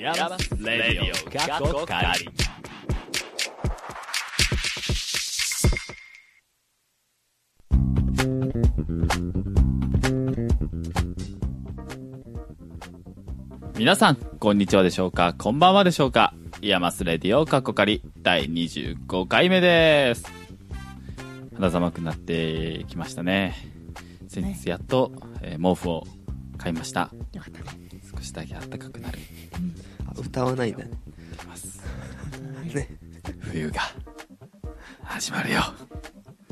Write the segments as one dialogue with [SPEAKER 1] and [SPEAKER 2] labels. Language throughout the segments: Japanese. [SPEAKER 1] ヤマスレディオ過去仮皆さんこんにちはでしょうかこんばんはでしょうかイヤマスレディオ過去仮第25回目です肌寒くなってきましたね先日やっと、えー毛布を買いました
[SPEAKER 2] よかったね。
[SPEAKER 1] 少しだけ暖かくなる
[SPEAKER 3] あ歌わないんだね
[SPEAKER 1] ます。冬が始まるよ。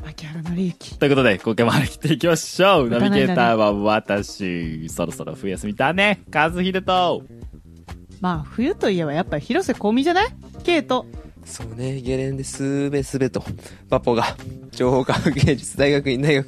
[SPEAKER 2] 牧原紀之。
[SPEAKER 1] ということで、今回も張り切っていきましょう。ナ
[SPEAKER 2] 歌わない
[SPEAKER 1] ビ
[SPEAKER 2] んだね
[SPEAKER 1] ゲーターは私。そろそろ冬休みだね。和秀と。
[SPEAKER 2] まあ、冬といえばやっぱ広瀬香美じゃないケイト。
[SPEAKER 3] そうねゲレンデすべすべとパポが情報科学芸術大学院大学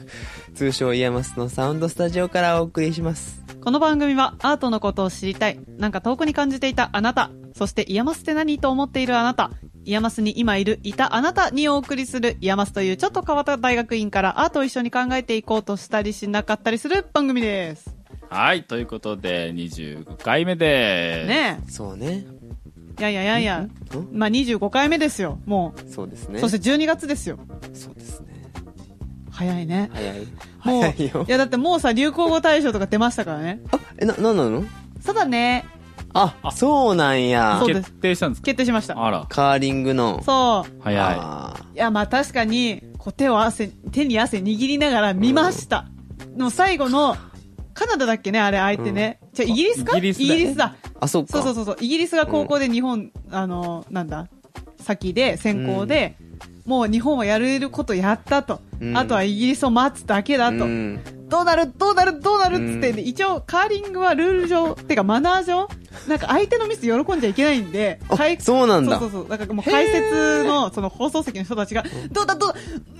[SPEAKER 3] 通称イヤマスのサウンドスタジオからお送りします
[SPEAKER 2] この番組はアートのことを知りたい、なんか遠くに感じていたあなた、そしてイヤマスって何と思っているあなた、イヤマスに今いるいたあなたにお送りするイヤマスというちょっと変わった大学院からアートを一緒に考えていこうとしたりしなかったりする番組です。
[SPEAKER 1] はい、ということで、25回目です。
[SPEAKER 2] ね
[SPEAKER 3] そうね
[SPEAKER 2] え。いやいやいやいや。
[SPEAKER 3] ん
[SPEAKER 2] まあ25回目ですよ、も
[SPEAKER 3] そうです
[SPEAKER 2] う。
[SPEAKER 3] ね
[SPEAKER 2] そして12月ですよ。
[SPEAKER 3] そうですね
[SPEAKER 2] 早いね。
[SPEAKER 3] 早い
[SPEAKER 2] もう、
[SPEAKER 3] 早いよ
[SPEAKER 2] いやだってもうさ、流行語大賞とか出ましたからね。
[SPEAKER 3] あえななんなの
[SPEAKER 2] そうだね。
[SPEAKER 3] あそうなんや
[SPEAKER 2] そうです
[SPEAKER 1] 決定したんですか
[SPEAKER 2] 決定しました。
[SPEAKER 1] あら、
[SPEAKER 3] カーリングの
[SPEAKER 2] そう。
[SPEAKER 1] 早い。
[SPEAKER 3] あ
[SPEAKER 2] いや、まあ確かに、こう手を汗、手に汗握りながら見ました。の最後の、カナダだっけね、あれ相手ね。じゃあイギリスか
[SPEAKER 1] イギリスだよね
[SPEAKER 2] だ。
[SPEAKER 3] ーあそっ
[SPEAKER 2] そ
[SPEAKER 3] か
[SPEAKER 2] うそうそうそう。イギリスが高校で日本、あの、なんだ、先で、先行で、もう日本はやれることやった
[SPEAKER 3] う
[SPEAKER 2] と。
[SPEAKER 3] ん
[SPEAKER 2] あとはイギリスを待つだけだと。
[SPEAKER 3] うん
[SPEAKER 2] どうなるどうなるどうなるっつって、
[SPEAKER 3] うん
[SPEAKER 2] で一応カーリングはルール上、てかマナー上、なんか相手のミス喜んじゃいけないんで、
[SPEAKER 3] あ
[SPEAKER 2] 解
[SPEAKER 3] そうなんだ
[SPEAKER 2] そうそうそう。だからもう解説の、その放送席の人たちが、どうだどうだ、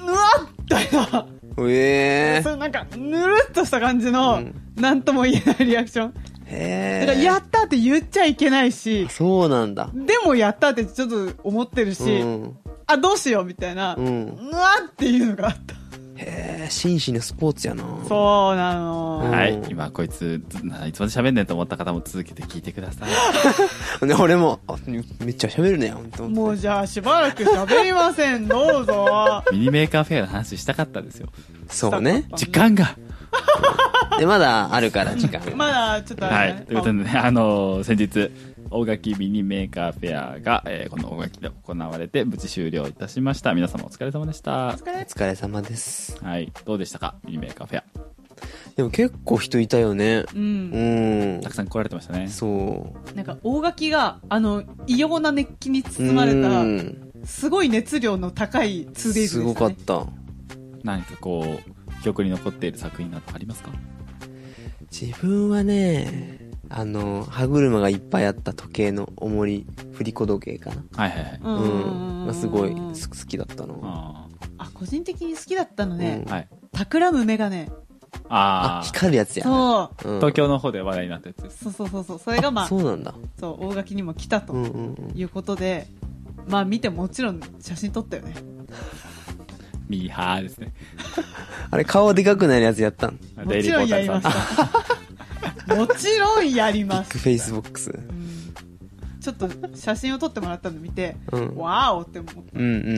[SPEAKER 2] うわっみたいな、
[SPEAKER 3] え
[SPEAKER 2] そういうなんか、ぬるっとした感じの、
[SPEAKER 3] うん
[SPEAKER 2] なんとも言えないリアクション。
[SPEAKER 3] ー、へ
[SPEAKER 2] だから
[SPEAKER 3] ー
[SPEAKER 2] やったって言っちゃいけないし、
[SPEAKER 3] そうなんだ
[SPEAKER 2] でもやったってちょっと思ってるし、
[SPEAKER 3] うん
[SPEAKER 2] あ、どうしようみたいな、う
[SPEAKER 3] うん
[SPEAKER 2] わっていうのがあった。
[SPEAKER 3] へえ紳士のスポーツやな
[SPEAKER 2] そうなの。
[SPEAKER 3] うん
[SPEAKER 1] はい、今こいつ、ずないつまで喋んねんと思った方も続けて聞いてください。
[SPEAKER 3] で俺もあめっちゃ喋るねほんと
[SPEAKER 2] もうじゃあしばらく喋りません、どうぞ。
[SPEAKER 1] ミニメーカーフェアの話したかったんですよ。
[SPEAKER 3] そうね
[SPEAKER 1] 時間が。
[SPEAKER 3] でまだあるから時間
[SPEAKER 2] まだちょっとあ
[SPEAKER 1] は
[SPEAKER 2] れ
[SPEAKER 1] い
[SPEAKER 2] ね、。
[SPEAKER 1] ということでね、あのー先日、大垣ミニメーカーフェアが、えーこの大垣で行われて、無事終了いたしました。皆様お疲れ様でした
[SPEAKER 2] お。疲
[SPEAKER 3] お
[SPEAKER 2] れ。
[SPEAKER 3] 疲れ様です
[SPEAKER 1] はい。どうでしたかミニメーカーフェア。
[SPEAKER 3] でも結構人いたよね
[SPEAKER 2] う。
[SPEAKER 3] うんん
[SPEAKER 1] たくさん来られてましたね。
[SPEAKER 3] そう
[SPEAKER 2] なんか大垣が、あの、異様な熱気に包まれ
[SPEAKER 3] う
[SPEAKER 2] た、
[SPEAKER 3] ん
[SPEAKER 2] すごい熱量の高い 2days です、ね。
[SPEAKER 3] すごかった
[SPEAKER 1] 何かこう、記憶に残っている作品などありますか
[SPEAKER 3] 自分はねあの歯車がいっぱいあった時計の重り振り子時計かな
[SPEAKER 1] はいはいはい。
[SPEAKER 2] うん。
[SPEAKER 3] うん、まあ、すごい好好きだったの
[SPEAKER 1] あ
[SPEAKER 2] あ、個人的に好きだったのね
[SPEAKER 3] う
[SPEAKER 1] ー。はい。
[SPEAKER 2] 企むメガネ。
[SPEAKER 3] あ
[SPEAKER 1] あー
[SPEAKER 3] 光るやつや
[SPEAKER 2] そう。
[SPEAKER 3] うん
[SPEAKER 1] 東京の方で話題になったやつです。
[SPEAKER 2] そうそうそうそう。それがまあ、
[SPEAKER 3] そ
[SPEAKER 2] そう
[SPEAKER 3] うなんだ
[SPEAKER 2] 大垣にも来た
[SPEAKER 3] うん
[SPEAKER 2] と
[SPEAKER 3] うんうん
[SPEAKER 2] いうことで、まあ見てもちろん写真撮ったよね。
[SPEAKER 1] ミーハーですね。
[SPEAKER 3] あれ顔でかくなるやつやったん
[SPEAKER 2] もちろんやりま
[SPEAKER 1] デイリーポー
[SPEAKER 2] し
[SPEAKER 1] タルさん
[SPEAKER 2] た。もちろ んやりま
[SPEAKER 3] フ
[SPEAKER 2] す。
[SPEAKER 3] ェイスボックス
[SPEAKER 2] ちょっと写真を撮ってもらったの見て、
[SPEAKER 3] うん
[SPEAKER 2] わーおって思っ
[SPEAKER 3] うんうんう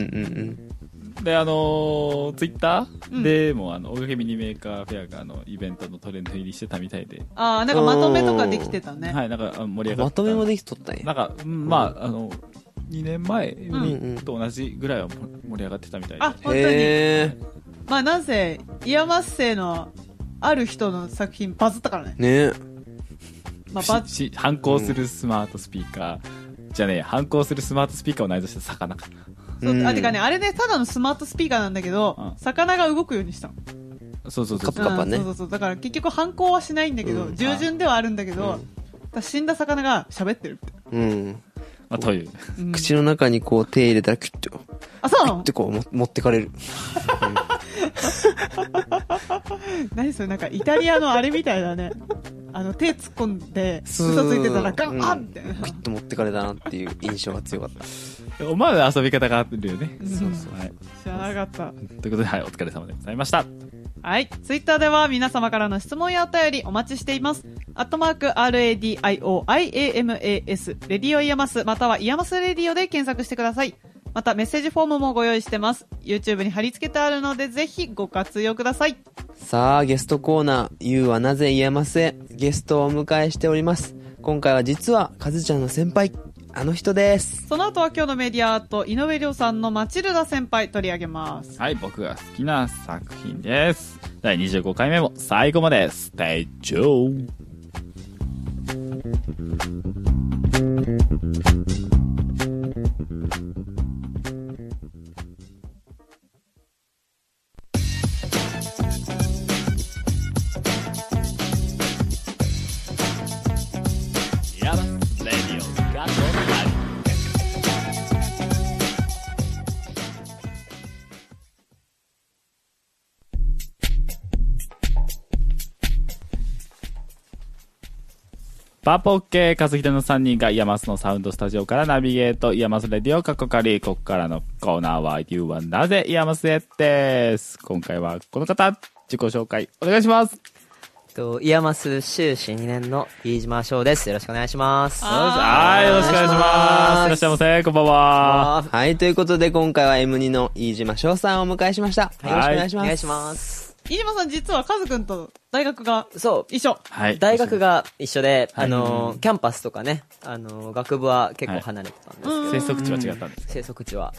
[SPEAKER 3] ん
[SPEAKER 1] で、あのツイッター Twitter？
[SPEAKER 2] うん
[SPEAKER 1] でも、あの、大垣ミニメーカーフェアが、あの、イベントのトレンド入りしてたみたいで、
[SPEAKER 2] た。ああ、なんかまとめとかできてたね。
[SPEAKER 1] はい、なんかあの盛り上
[SPEAKER 3] うん
[SPEAKER 1] が
[SPEAKER 3] ま
[SPEAKER 1] った。
[SPEAKER 3] とめもできとったんや
[SPEAKER 1] なんか、うんまあ、あの、2年前
[SPEAKER 3] うん
[SPEAKER 1] にと同じぐらいは盛り上がってたみたいで。
[SPEAKER 2] あ、本当に。
[SPEAKER 3] へ
[SPEAKER 2] まあなんせ、イヤマッセのある人の作品バズったからね。
[SPEAKER 3] えね
[SPEAKER 2] まあバ
[SPEAKER 1] し
[SPEAKER 2] ズ、
[SPEAKER 1] し反抗するスマートスピーカー、じゃねえ、反抗するスマートスピーカーを内蔵した魚か。
[SPEAKER 2] そうあ、
[SPEAKER 3] うん
[SPEAKER 2] てかね、あれね、ただのスマートスピーカーなんだけど、
[SPEAKER 1] うん
[SPEAKER 2] 魚が動くようにしたの。
[SPEAKER 1] そうそうそう。
[SPEAKER 3] カプカプね
[SPEAKER 2] うんそうそうそう。だから結局反抗はしないんだけど、
[SPEAKER 3] うん
[SPEAKER 2] 従順ではあるんだけど、
[SPEAKER 3] う
[SPEAKER 2] だから死んだ魚が喋ってるって。
[SPEAKER 3] うん
[SPEAKER 1] まあ、という。
[SPEAKER 2] うん
[SPEAKER 3] 口の中にこう手入れたらキュッとキュ
[SPEAKER 2] あ、そうな
[SPEAKER 3] ッ
[SPEAKER 2] の
[SPEAKER 3] てこうも持ってかれる
[SPEAKER 2] 何それなんかイタリアのあれみたいだね。あの、手突っ込んで、
[SPEAKER 3] ス
[SPEAKER 2] 嘘
[SPEAKER 3] ー
[SPEAKER 2] ついてたらガン、
[SPEAKER 3] うん
[SPEAKER 2] あみたいな。
[SPEAKER 3] キュッと持ってかれたなっていう印象が強かった
[SPEAKER 1] 思わぬ遊び方があるよね。
[SPEAKER 2] そうそう
[SPEAKER 1] はい。
[SPEAKER 2] 知らなかった。
[SPEAKER 1] ということで、はい、お疲れ様でございました。
[SPEAKER 2] はい。ツイッターでは皆様からの質問やお便りお待ちしています。アットマーク RADIOIAMAS、レディオイヤマス、またはイヤマスレディオで検索してください。またメッセージフォームもご用意してます。YouTube に貼り付けてあるので、ぜひご活用ください。
[SPEAKER 3] さあ、ゲストコーナー、ゆうはなぜ言えません。ゲストをお迎えしております。今回は実は、かずちゃんの先輩、あの人です。
[SPEAKER 2] その後は今日のメディアアート、井上亮さんのマチルダ先輩取り上げます。
[SPEAKER 1] はい、僕が好きな作品です。第25回目も最後まで、ステイチューンヤバスレディオがどうなるパポッケー、カズヒデの3人がイヤマスのサウンドスタジオからナビゲート、イヤマスレディオカッコカリ。ここからのコーナーは、You はなぜイヤマスへです。今回はこの方、自己紹介お願いします。
[SPEAKER 4] えっと、イヤマス修士2年の飯島翔です。よろしくお願いします。
[SPEAKER 1] はい、よろしくお願いします。いらっしゃいませ、こんばんは。
[SPEAKER 4] あ
[SPEAKER 3] はい、ということで今回は M2 の飯島翔さんをお迎えしました。よろしくお願いし
[SPEAKER 4] お
[SPEAKER 3] ます。
[SPEAKER 4] 願いします。
[SPEAKER 2] 飯島さん、実はカズくんと大学が
[SPEAKER 4] そう。
[SPEAKER 2] 一緒。
[SPEAKER 1] はい。
[SPEAKER 4] 大学
[SPEAKER 1] が。
[SPEAKER 4] が一緒で、あのー、キャンパスとかね、あのー、学部は結構離れてたんですけ
[SPEAKER 1] 生
[SPEAKER 4] ど、
[SPEAKER 1] 息地は違ったんです。
[SPEAKER 4] 生息地は。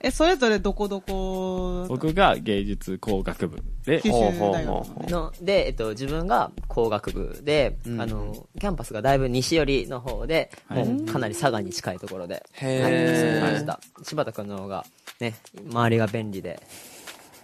[SPEAKER 2] え、それぞれどこどこ、
[SPEAKER 1] 僕が芸術工学部で、
[SPEAKER 2] 九州
[SPEAKER 3] ほうほう
[SPEAKER 2] 大
[SPEAKER 3] ほう
[SPEAKER 2] 学。
[SPEAKER 3] ほ
[SPEAKER 4] ので、えっと、自分が工学部で、
[SPEAKER 3] うん
[SPEAKER 4] あのー、キャンパスがだいぶ西寄りの方で、
[SPEAKER 1] はい
[SPEAKER 4] もうかなり佐賀に近いところで、
[SPEAKER 3] へー
[SPEAKER 4] はい住みました。柴田君の方が、ね、周りが便利で。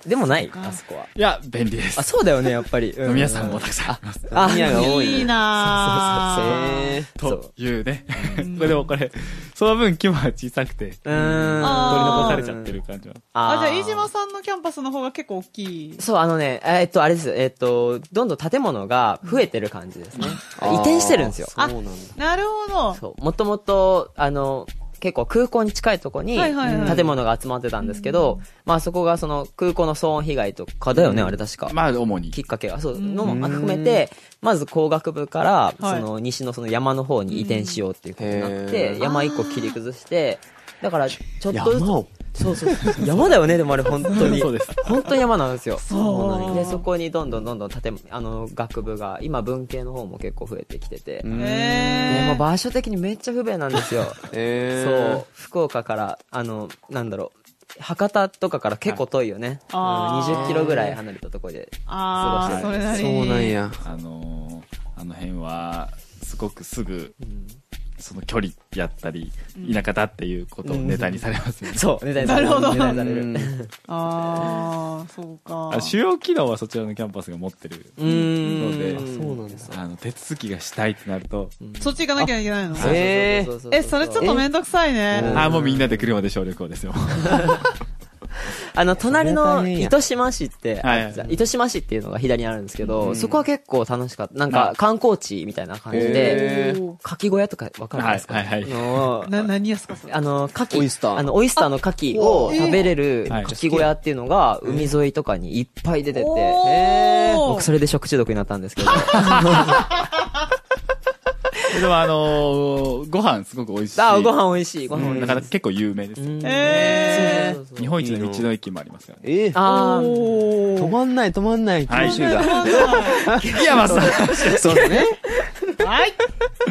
[SPEAKER 4] でもない、あそこは。
[SPEAKER 1] いや、便利です。
[SPEAKER 4] あ、そうだよね、やっぱり。うん
[SPEAKER 1] 飲み屋さんもたくさんあります。
[SPEAKER 4] あ
[SPEAKER 3] 飲み屋が多いね
[SPEAKER 2] いいな
[SPEAKER 4] そうそう
[SPEAKER 2] ぁ
[SPEAKER 3] へー
[SPEAKER 4] そう
[SPEAKER 1] というね。 これでもこれ、その分規模は小さくて、取り
[SPEAKER 4] うーん。
[SPEAKER 2] あ
[SPEAKER 1] 残されちゃってる感じは。
[SPEAKER 2] あ、
[SPEAKER 4] あ
[SPEAKER 2] じゃあ、飯島
[SPEAKER 4] ます
[SPEAKER 2] さんのキャンパスの方が結構大きい。
[SPEAKER 4] そう、あのね、えーっと、あれです。えーっと、どんどん建物が増えてる感じですね。
[SPEAKER 3] あー
[SPEAKER 4] 移転してるんですよ。
[SPEAKER 3] そうなんだ。
[SPEAKER 2] なるほど。
[SPEAKER 4] そう。もともと、あの、結構空港に近いとこに
[SPEAKER 2] はいはいはい
[SPEAKER 4] 建物が集まってたんですけど、まあそこがその空港の騒音被害とかだよね、あれ確か。
[SPEAKER 1] まあ、主に。
[SPEAKER 4] きっかけが、そう、
[SPEAKER 2] ん
[SPEAKER 4] のも含めて、まず工学部から、
[SPEAKER 2] はい
[SPEAKER 4] その西のその山の方に移転しようっていうことになっ
[SPEAKER 3] うんへ
[SPEAKER 4] て、
[SPEAKER 3] ー
[SPEAKER 4] 山一個切り崩して、だから、ちょっとずつ
[SPEAKER 3] 山を。
[SPEAKER 4] そうそうそう。山だよね、でもあれ、本当に。
[SPEAKER 1] そうです
[SPEAKER 4] 本当に山なんですよ。
[SPEAKER 2] そうなんや
[SPEAKER 4] で、そこにどんどんどんどん建物、あの、学部が、今、文系の方も結構増えてきてて。
[SPEAKER 3] ん
[SPEAKER 4] で
[SPEAKER 2] へ
[SPEAKER 4] もう
[SPEAKER 2] ー。
[SPEAKER 4] 場所的にめっちゃ不便なんですよ。
[SPEAKER 3] えー、
[SPEAKER 4] そう。福岡から、あの、なんだろう。博多とかから結構遠いよね。うん
[SPEAKER 2] あー
[SPEAKER 4] 20キロぐらい離れたところで。
[SPEAKER 2] あー、それなりに。
[SPEAKER 3] そうなん。や。
[SPEAKER 1] あのーあの辺は、すごくすぐ、その距離やったり、田舎だっていうことをネタにされますよね。
[SPEAKER 4] そう、値段される
[SPEAKER 2] なるほど
[SPEAKER 4] 値段さ
[SPEAKER 3] う
[SPEAKER 4] れる
[SPEAKER 3] ん
[SPEAKER 2] あー、そうか
[SPEAKER 1] あ。主要機能はそちらのキャンパスが持ってる。
[SPEAKER 4] うーん。
[SPEAKER 1] そうで
[SPEAKER 3] そうなんです。
[SPEAKER 1] あの、手続きがしたいってなると、
[SPEAKER 2] そっち行かなきゃいけないの
[SPEAKER 3] え
[SPEAKER 4] そうそううう
[SPEAKER 2] え、それちょっとめんどくさいね。
[SPEAKER 1] ああ、もうみんなで車で省力をですよ。
[SPEAKER 4] あの、隣
[SPEAKER 3] それ大
[SPEAKER 4] の
[SPEAKER 3] 変や
[SPEAKER 4] 糸島市って、
[SPEAKER 1] はい
[SPEAKER 4] あ糸島市っていうのが左にあるんですけど、
[SPEAKER 3] うん
[SPEAKER 4] そこは結構楽しかった。なん
[SPEAKER 1] は
[SPEAKER 4] か
[SPEAKER 1] い
[SPEAKER 4] 観光地みたいな感じで、
[SPEAKER 3] え
[SPEAKER 2] おー
[SPEAKER 4] 牡蠣小屋とかわかるんですか、
[SPEAKER 1] はいはいはい
[SPEAKER 4] の
[SPEAKER 2] な、何やすかそれ。
[SPEAKER 4] あの、牡蠣、
[SPEAKER 3] オイスター
[SPEAKER 4] あの、オイスターの牡蠣を食べれる
[SPEAKER 1] はい
[SPEAKER 4] 牡蠣小屋っていうのが、海沿いとかにいっぱい出てて、
[SPEAKER 2] おー
[SPEAKER 4] 僕それで食中毒になったんですけど、
[SPEAKER 1] でもあのーご飯すごく美味しい。
[SPEAKER 4] あ、ご飯美味しい、ご飯美味しい。
[SPEAKER 1] だから結構有名です。
[SPEAKER 2] え
[SPEAKER 4] そうそうそう
[SPEAKER 1] 日本一の道の駅もありますからね。
[SPEAKER 3] えー、
[SPEAKER 4] あー
[SPEAKER 2] ー。
[SPEAKER 3] 止まんない止まんない、
[SPEAKER 1] はい
[SPEAKER 3] 九州が。
[SPEAKER 1] いや、まさ
[SPEAKER 3] そうだね。
[SPEAKER 2] はい。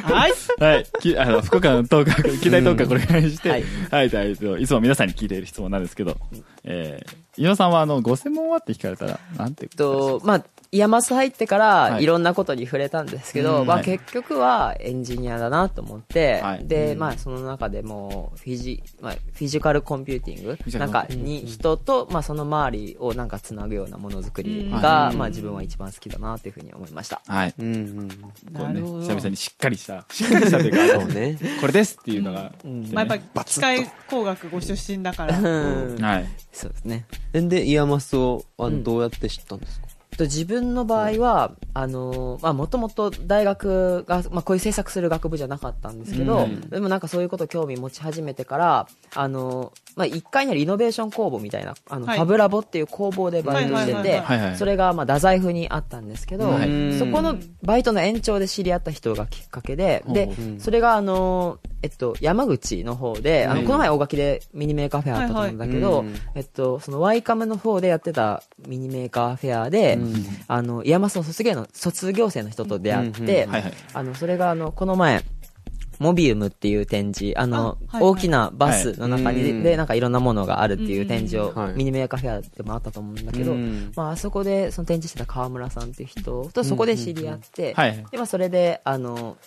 [SPEAKER 2] はい。
[SPEAKER 1] はい。きあの、福岡のトークは、機内トークはこれぐらいにして、
[SPEAKER 4] うん
[SPEAKER 1] は
[SPEAKER 4] はいい、
[SPEAKER 1] はい、えっといつも皆さんに聞いている質問なんですけど、えー、井野さんは、あの、ご専門はって聞かれたら、なんて
[SPEAKER 4] えっ
[SPEAKER 1] 答えますか
[SPEAKER 4] と、まあ、イヤマス入ってか
[SPEAKER 1] は
[SPEAKER 4] ら、
[SPEAKER 1] い
[SPEAKER 4] いろんなことに触れたんですけど、
[SPEAKER 1] うん
[SPEAKER 4] ま
[SPEAKER 1] は
[SPEAKER 4] あ、
[SPEAKER 1] い
[SPEAKER 4] 結局はエンジニアだなと思って、
[SPEAKER 1] はい
[SPEAKER 4] で、まあ、その中でも、フィジ、まあ、フィジカルコンピューティン
[SPEAKER 1] ィジカ
[SPEAKER 4] グ、な
[SPEAKER 1] ル
[SPEAKER 4] ん
[SPEAKER 1] コン
[SPEAKER 4] か、に、人と、まあ、その周りをなんかつなぐようなものづくり
[SPEAKER 1] う
[SPEAKER 4] が、
[SPEAKER 1] ん
[SPEAKER 4] まあ、自分は一番好きだなというふうに思いました。
[SPEAKER 1] はい。
[SPEAKER 3] うんうん。
[SPEAKER 1] こう
[SPEAKER 2] な
[SPEAKER 1] ね、
[SPEAKER 2] るほど。
[SPEAKER 1] 久々にしっかりした、しっかりしたというか、あ
[SPEAKER 3] そう
[SPEAKER 1] の
[SPEAKER 3] ね。
[SPEAKER 1] これですっていうのが、
[SPEAKER 2] まあ、やっ
[SPEAKER 1] ね
[SPEAKER 2] ぱ機械工学ご出身だか
[SPEAKER 4] う
[SPEAKER 2] ら。
[SPEAKER 4] ん。
[SPEAKER 1] はい。
[SPEAKER 4] そうですね。
[SPEAKER 3] で、イヤマスをあのどうやって知ったんですか、
[SPEAKER 4] と自分の場合は、あのーまあ、もともと大学が、まあ、こういう制作する学部じゃなかったんですけど、
[SPEAKER 1] うん
[SPEAKER 4] でもなんかそういうこと興味持ち始めてから、あのーまあ、1階にあるイノベーション工房みたいな、あの、
[SPEAKER 2] はい
[SPEAKER 4] ファブラボっていう工房でバイトし
[SPEAKER 2] はい
[SPEAKER 4] て
[SPEAKER 2] はい
[SPEAKER 4] て
[SPEAKER 1] はいはい、
[SPEAKER 4] それが、まあ、太宰府にあったんですけど、
[SPEAKER 1] はい
[SPEAKER 4] そこのバイトの延長で知り合った人がきっかけで、で
[SPEAKER 1] ほうほ、
[SPEAKER 4] それがあの、えっと、山口の方で、あ
[SPEAKER 1] う
[SPEAKER 4] の、
[SPEAKER 1] ん
[SPEAKER 4] この前大垣でミニメーカーフェアあったと思うんだけ
[SPEAKER 3] はい
[SPEAKER 4] ど
[SPEAKER 3] はいうん、
[SPEAKER 4] えっと、そのワイカムの方でやってたミニメーカーフェアで、あの、イヤマスの卒業の、卒業生の人と出会
[SPEAKER 3] う
[SPEAKER 4] っ
[SPEAKER 3] んうんう
[SPEAKER 4] て
[SPEAKER 1] はいはい、
[SPEAKER 4] あの、それがあの、この前、モビウムっていう展示、あの、
[SPEAKER 2] あはいはい
[SPEAKER 4] 大きなバスの中
[SPEAKER 3] はい
[SPEAKER 4] に、
[SPEAKER 3] うん
[SPEAKER 4] で、なんかいろんなものがあるっていう展示を
[SPEAKER 3] うんはい、
[SPEAKER 4] ミニメーカーフェアでもあったと思うんだけど、まあ、あそこでその展示してた川村さんっていう人とそこで知り合って、
[SPEAKER 1] はい。
[SPEAKER 4] でまあそれであの、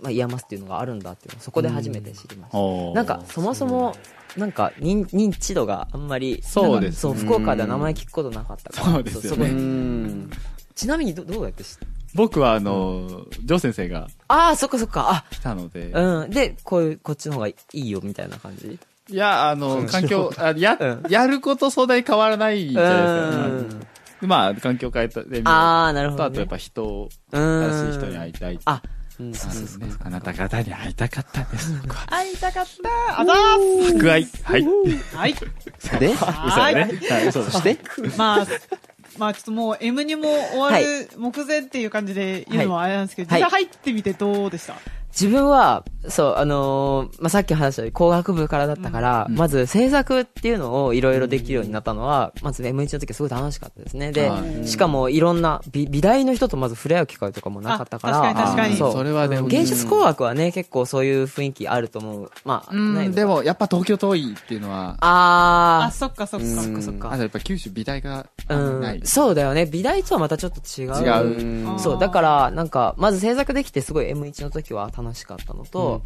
[SPEAKER 4] まあ、イヤマスっていうのがあるんだっていうのをそこで初めて知りました、
[SPEAKER 1] おー
[SPEAKER 4] なんか、そもそもなんか認認知度があんまり
[SPEAKER 1] そうです
[SPEAKER 4] なんかそう福岡では名前聞くことなかったから
[SPEAKER 1] そうですよね
[SPEAKER 4] そう
[SPEAKER 3] う
[SPEAKER 4] そこ
[SPEAKER 3] ん
[SPEAKER 4] ちなみにどどうやって知った
[SPEAKER 1] 僕はあの、ジョー先生が
[SPEAKER 4] ああそっかそっか
[SPEAKER 1] 来たので、
[SPEAKER 4] あうんでこういうこっちの方がいいよみたいな感じ
[SPEAKER 1] いや、あの、環境、あや
[SPEAKER 4] う、
[SPEAKER 1] やることそんなに変わらないじゃな
[SPEAKER 4] う
[SPEAKER 1] いですか
[SPEAKER 4] ん。
[SPEAKER 1] うんまあ、環境変えたで、
[SPEAKER 4] ああなるほ
[SPEAKER 1] と
[SPEAKER 4] ど、
[SPEAKER 1] あと
[SPEAKER 4] ね、
[SPEAKER 1] やっぱ人を、
[SPEAKER 4] うん
[SPEAKER 1] 新しい人に会いたい。
[SPEAKER 4] あ
[SPEAKER 3] うん
[SPEAKER 1] そうですね。あなた方に会いたかったんです。僕は。
[SPEAKER 2] 会いたかったあざーす
[SPEAKER 1] 福愛。はい。
[SPEAKER 2] はい。
[SPEAKER 3] で
[SPEAKER 1] 嘘だ
[SPEAKER 2] は
[SPEAKER 1] ね。
[SPEAKER 2] い。
[SPEAKER 1] はい、嘘だ
[SPEAKER 3] そして
[SPEAKER 2] まあ、 まあちょっともう M にも終わ
[SPEAKER 4] はい
[SPEAKER 2] る目前っていう感じで言うのはあれなんですけど、
[SPEAKER 4] はい
[SPEAKER 2] 実際入ってみてどうでした
[SPEAKER 4] 自分は、そう、あのーまあ、さっき話したように工学部からだったから、まず制作っていうのをいろいろできるようになったのは、まず M1 の時はすごい楽しかったですね。で
[SPEAKER 1] は、
[SPEAKER 4] しかもいろんな美、美大の人とまず触れ合う機会とかもなかったから、
[SPEAKER 2] あ確かに確かに
[SPEAKER 4] そう
[SPEAKER 1] それはね
[SPEAKER 4] うん芸術工学はね、結構そういう雰囲気あると思う。まあ、
[SPEAKER 1] うん、で
[SPEAKER 4] も、
[SPEAKER 1] も、やっぱ東京遠いっていうのは、
[SPEAKER 2] あ、
[SPEAKER 4] あ
[SPEAKER 2] そっかそっか。
[SPEAKER 4] ー、そっかそっ
[SPEAKER 1] あと
[SPEAKER 4] か。
[SPEAKER 1] やっぱ九州美大があんまり
[SPEAKER 4] う
[SPEAKER 1] ない
[SPEAKER 4] ん、。そうだよね。美大とはまたちょっと違う。
[SPEAKER 1] 違う
[SPEAKER 3] うん
[SPEAKER 4] そう、だから、なんか、まず制作できてすごい M1 の時は楽しかったのと、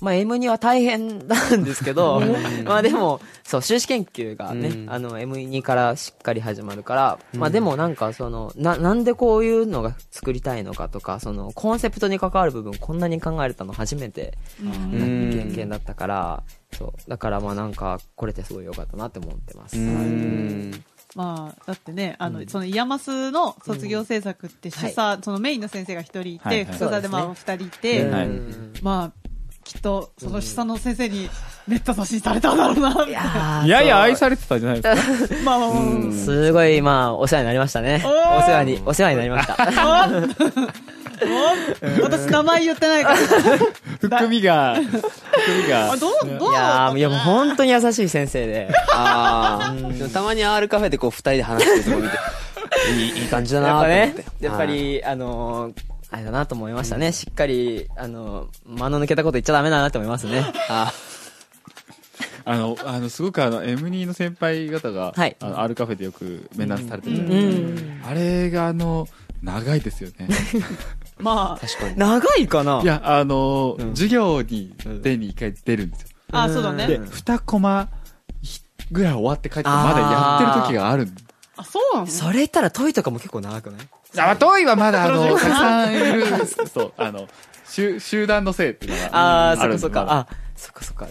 [SPEAKER 4] まあ M2 は大変なんですけど、 まあでも、そう、修士研究がね、
[SPEAKER 3] うん
[SPEAKER 4] あの M2 からしっかり始まるから、まあでもなんかその、な、なんでこういうのが作りたいのかとか、その、コンセプトに関わる部分こんなに考えれたの初めて、
[SPEAKER 2] うん
[SPEAKER 3] うん
[SPEAKER 4] 経験だったから、そう、だからまあなんか、これってすごい良かったなって思ってます。
[SPEAKER 3] うん
[SPEAKER 2] まあ、だってね、あの、そのイヤマスの卒業制作って主査、そのメインの先生が一人いて、
[SPEAKER 1] はいはい
[SPEAKER 2] 副査でまあ
[SPEAKER 4] そう
[SPEAKER 2] 二
[SPEAKER 4] で
[SPEAKER 2] 人い
[SPEAKER 4] で
[SPEAKER 2] て、
[SPEAKER 1] はい
[SPEAKER 4] うん
[SPEAKER 2] まあ、きっと、その主査の先生に、めった差しされたんだろうな、みたいな。
[SPEAKER 4] ー
[SPEAKER 1] いやいや、愛されてたじゃないですか。
[SPEAKER 2] まあまあまあまあ
[SPEAKER 4] すごい、まあ、お世話になりましたね。お
[SPEAKER 2] ー
[SPEAKER 4] 世話に、お世話になりました。
[SPEAKER 2] お私名前言ってないから。
[SPEAKER 1] 含みが、含みが
[SPEAKER 2] あ、。どう、どう
[SPEAKER 4] いやーいや、もう本当に優しい先生 で。
[SPEAKER 3] ああでもたまに R カフェでこう二人で話してるとこ見ていいいい感じだ
[SPEAKER 4] や
[SPEAKER 3] な
[SPEAKER 4] っぱ
[SPEAKER 3] と思っ
[SPEAKER 4] ね
[SPEAKER 3] て、
[SPEAKER 4] やっぱり、あのー、あれだなと思いましたね。しっかり、あのー、間の抜けたこと言っちゃダメだなと思います ね。
[SPEAKER 3] あ
[SPEAKER 1] あの、あの、すごくあの、M2 の先輩方が、
[SPEAKER 4] はい
[SPEAKER 1] あの、R カフェでよく面談されてるじゃ
[SPEAKER 4] う
[SPEAKER 1] ないです
[SPEAKER 4] ん。
[SPEAKER 1] かあれがあの、長いですよね。、
[SPEAKER 2] ま
[SPEAKER 3] 確かに
[SPEAKER 4] 長いかない
[SPEAKER 1] や、あの、
[SPEAKER 4] うん
[SPEAKER 1] 授業に、でに一回出るんですよ。
[SPEAKER 2] あ、あ、そうだ
[SPEAKER 1] で、
[SPEAKER 2] ね
[SPEAKER 4] う。ん
[SPEAKER 1] 二コマぐらい終わって帰って、まだやってる時があるんで
[SPEAKER 2] あ、そうなの
[SPEAKER 4] それ言ったら問いとかも結構長くない
[SPEAKER 1] あ、遠いはまだ、あ の、たくさんいる。そう、あの、集、集団のせいっていうのが
[SPEAKER 4] あ
[SPEAKER 1] あ
[SPEAKER 4] あ、そっ
[SPEAKER 1] るんで
[SPEAKER 4] か
[SPEAKER 1] す
[SPEAKER 4] そっ
[SPEAKER 1] よ。
[SPEAKER 4] か。あ、そっかそっか。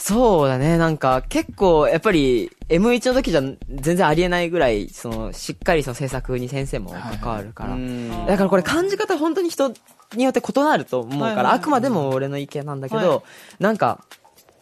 [SPEAKER 4] そうだね、なんか、結構、やっぱり、M1 の時じゃ全然ありえないぐらい、その、しっかりその制作に先生も関わるから。
[SPEAKER 3] うん
[SPEAKER 4] だからこれ感じ方本当に人によって異なると思うから、
[SPEAKER 2] はいはい
[SPEAKER 4] あくまでも俺の意見なんだけど、
[SPEAKER 2] は
[SPEAKER 4] なんか、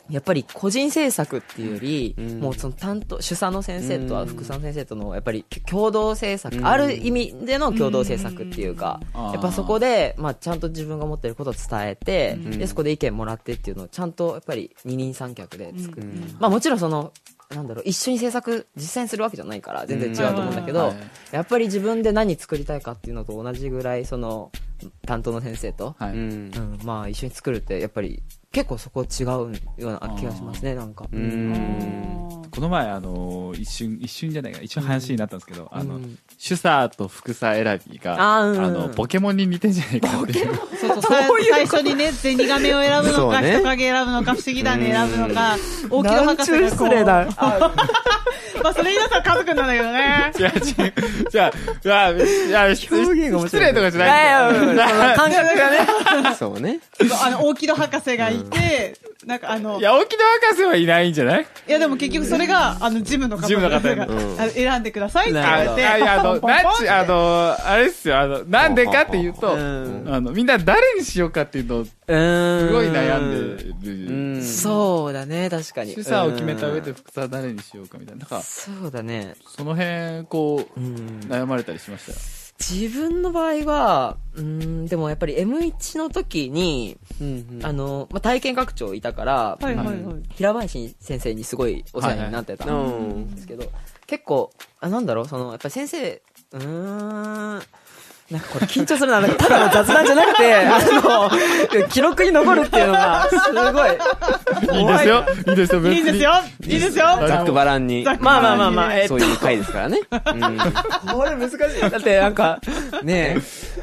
[SPEAKER 4] やっぱり個人制作っていうより、
[SPEAKER 3] うん
[SPEAKER 4] もうその担当、主査の先生と
[SPEAKER 3] う
[SPEAKER 4] は
[SPEAKER 3] ん
[SPEAKER 4] 副査の先生との、やっぱり共同制作、
[SPEAKER 3] うん
[SPEAKER 4] ある意味での共同制作っていうか、
[SPEAKER 1] うん
[SPEAKER 4] やっぱそこで、まあちゃんと自分が持ってることを伝えて、
[SPEAKER 3] ん
[SPEAKER 4] で、そこで意見もらってっていうのをちゃんとやっぱり二人三脚で作る。
[SPEAKER 3] うん
[SPEAKER 4] まあもちろんその、なんだろう、一緒に制作実践するわけじゃないから、全然違うと思うんだけど、
[SPEAKER 1] うんはいはいはい
[SPEAKER 4] やっぱり自分で何作りたいかっていうのと同じぐらい、その、担当の先生と、
[SPEAKER 1] はい。
[SPEAKER 3] うん
[SPEAKER 4] うん、まあ一緒に作るって、やっぱり、結構そこ違うような気がしますね、なんか。
[SPEAKER 3] う
[SPEAKER 2] うん
[SPEAKER 3] ん
[SPEAKER 1] この前、あの、一瞬、一瞬じゃないか、一瞬話になったんですけど、あ
[SPEAKER 4] う
[SPEAKER 1] の
[SPEAKER 4] ん、
[SPEAKER 1] 主査と副査選びが、
[SPEAKER 4] あ
[SPEAKER 1] あ
[SPEAKER 4] ーうん
[SPEAKER 1] の、ポケモンに似てんじゃないかっていう。
[SPEAKER 2] そうそうさ最初にね、ゼニガメを選ぶの
[SPEAKER 3] そう
[SPEAKER 2] か、
[SPEAKER 3] ね
[SPEAKER 2] 人影選ぶのか、不思議だね選ぶのか、大木戸博士がこう。
[SPEAKER 4] なんちゅう失礼だ。
[SPEAKER 2] まあ、それ言い出したら家族なんだけどね。
[SPEAKER 1] 違う違う。じゃあ、じゃあ、じゃあ、失
[SPEAKER 3] 表現が面白い
[SPEAKER 1] 失礼とかじゃ
[SPEAKER 4] い
[SPEAKER 1] ない
[SPEAKER 4] や
[SPEAKER 1] んだよ。
[SPEAKER 4] いやいやその感覚がね。
[SPEAKER 3] そうね。
[SPEAKER 2] そう あの、大木戸博士がいて、なんかあの、
[SPEAKER 1] い
[SPEAKER 2] いや、
[SPEAKER 1] や、沖縄博士はいないんじゃない
[SPEAKER 2] でも結局それが、あの、ジムの方
[SPEAKER 1] ジムの方に
[SPEAKER 2] が、あ
[SPEAKER 1] う
[SPEAKER 2] の選んでくださいって言
[SPEAKER 1] あ
[SPEAKER 2] わ
[SPEAKER 1] あ
[SPEAKER 2] れ
[SPEAKER 1] い
[SPEAKER 2] て、
[SPEAKER 1] や、あの、
[SPEAKER 2] ポンポンポン
[SPEAKER 1] な
[SPEAKER 2] っ
[SPEAKER 1] んち、
[SPEAKER 2] て
[SPEAKER 1] あの、あれっすよ、あの、なんでかっていうと、
[SPEAKER 4] うん
[SPEAKER 1] あの、みんな誰にしようかっていうのをす
[SPEAKER 4] す
[SPEAKER 1] ごい悩んでる。
[SPEAKER 3] うん。
[SPEAKER 4] そうだね、確かに。
[SPEAKER 1] 主査を決めた上で
[SPEAKER 4] うん
[SPEAKER 1] 福沢誰にしようかみたいな。なんか、
[SPEAKER 4] そうだね。
[SPEAKER 1] その辺、こう
[SPEAKER 4] う、ん
[SPEAKER 1] 悩まれたりしましたよ。
[SPEAKER 4] 自分の場合は、うん、でもやっぱり M1 の時に、
[SPEAKER 3] うん
[SPEAKER 4] あの、まあ、体験学長いたから、
[SPEAKER 2] はいはいはい。
[SPEAKER 4] 平林先生にすごいお世話になってた
[SPEAKER 3] はいはいうん
[SPEAKER 4] んですけど、結構、あ、なんだろう、その、やっぱり先生、うーん、なんかこれ緊張するな、なんかただの雑談じゃなくて、あの、記録に残るっていうのが、すごい。
[SPEAKER 1] いいですよ。いいですよ、別に。
[SPEAKER 2] いいですよいいですよ
[SPEAKER 1] あの
[SPEAKER 3] ざっくばらんに。
[SPEAKER 4] まあまあまあまあ、えっ
[SPEAKER 3] そ
[SPEAKER 4] と
[SPEAKER 3] う、いう回です からね。うん。
[SPEAKER 4] これ難しい。だってなんか、ね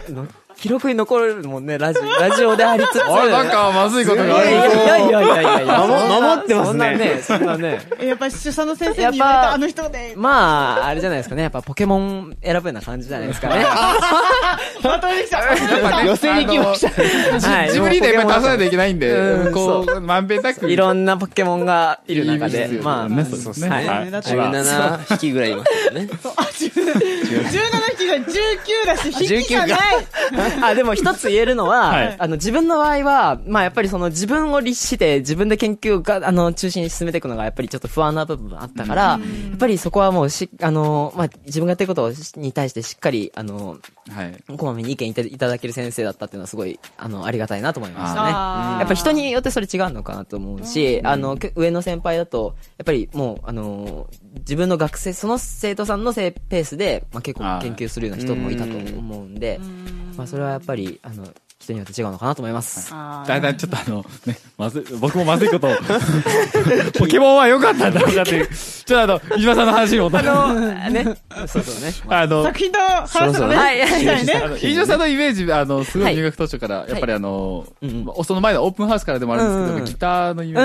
[SPEAKER 4] え、の記録に残るもんね、ラジオ、ラジオでありつつ。
[SPEAKER 1] あれ、なんか、まずいこと
[SPEAKER 4] い
[SPEAKER 1] があ
[SPEAKER 4] や
[SPEAKER 1] る
[SPEAKER 4] い。やいやいやいやいや。
[SPEAKER 3] 守
[SPEAKER 4] そんな
[SPEAKER 3] 守ってますね
[SPEAKER 4] そんなね、そんなね。
[SPEAKER 2] えやっぱり主査の先生に言
[SPEAKER 4] や
[SPEAKER 2] わ
[SPEAKER 4] っ
[SPEAKER 2] れ
[SPEAKER 4] ぱ
[SPEAKER 2] たあの人で、
[SPEAKER 4] まあ、あれじゃないですかね。やっぱポケモン選ぶような感じじゃないですかね。は
[SPEAKER 2] まとめてきた。
[SPEAKER 3] 寄せに行きましたね。
[SPEAKER 4] い
[SPEAKER 1] ジブリでやっぱ出さないといけないん
[SPEAKER 4] う
[SPEAKER 1] で、
[SPEAKER 4] ん
[SPEAKER 1] こう、まんべんなく。
[SPEAKER 4] いろんなポケモンがいる中
[SPEAKER 1] いい
[SPEAKER 4] で
[SPEAKER 1] で。すよ
[SPEAKER 4] まあ、
[SPEAKER 1] ねそうですね
[SPEAKER 4] はい
[SPEAKER 1] はい
[SPEAKER 2] だって
[SPEAKER 3] 17匹ぐらいいますよね。
[SPEAKER 2] あ、17匹じゃない、19だし、引きがない。
[SPEAKER 4] あ、でも一つ言えるの
[SPEAKER 1] はい
[SPEAKER 4] は、あの、自分の場合は、まあやっぱりその自分を律して、自分で研究が、あの、中心に進めていくのが、やっぱりちょっと不安な部分あったから、やっぱりそこはもうし、あの、まあ自分がやってることに対してしっかり、あの、
[SPEAKER 1] はい。
[SPEAKER 4] こまめに意見いたいただける先生だったっていうのはすごい、あの、ありがたいなと思いましたね。
[SPEAKER 2] あー
[SPEAKER 4] やっぱ人によってそれ違うのかなと思うし、あの、け上の先輩だと、やっぱりもう、あのー、自分の学生、その生徒さんのせいペースで、まあ結
[SPEAKER 1] は
[SPEAKER 4] 構
[SPEAKER 1] い
[SPEAKER 4] 研究するような人もいたと思うんで、まあそれはやっぱり、あの、人によって違うのかなと思います。
[SPEAKER 2] あ
[SPEAKER 1] だんだんちょっとあの、ね、まずい、僕もまずいことを ポケモンは良かった んだろうなっていう。ちょっとあの、飯島さんの話に戻って。あ
[SPEAKER 4] ね。そうそうね。
[SPEAKER 1] の、
[SPEAKER 2] 作品の話とかね、
[SPEAKER 4] はい
[SPEAKER 2] 聞きたいね。
[SPEAKER 1] あの飯島さんのイメージ、あの、すご
[SPEAKER 4] はいい
[SPEAKER 1] 入学当初から、やっぱりあの、
[SPEAKER 4] うん
[SPEAKER 1] まあその前のオープンハウスからでもあるんですけど、
[SPEAKER 4] うん
[SPEAKER 1] やっぱギターのイメー
[SPEAKER 4] う
[SPEAKER 1] ジ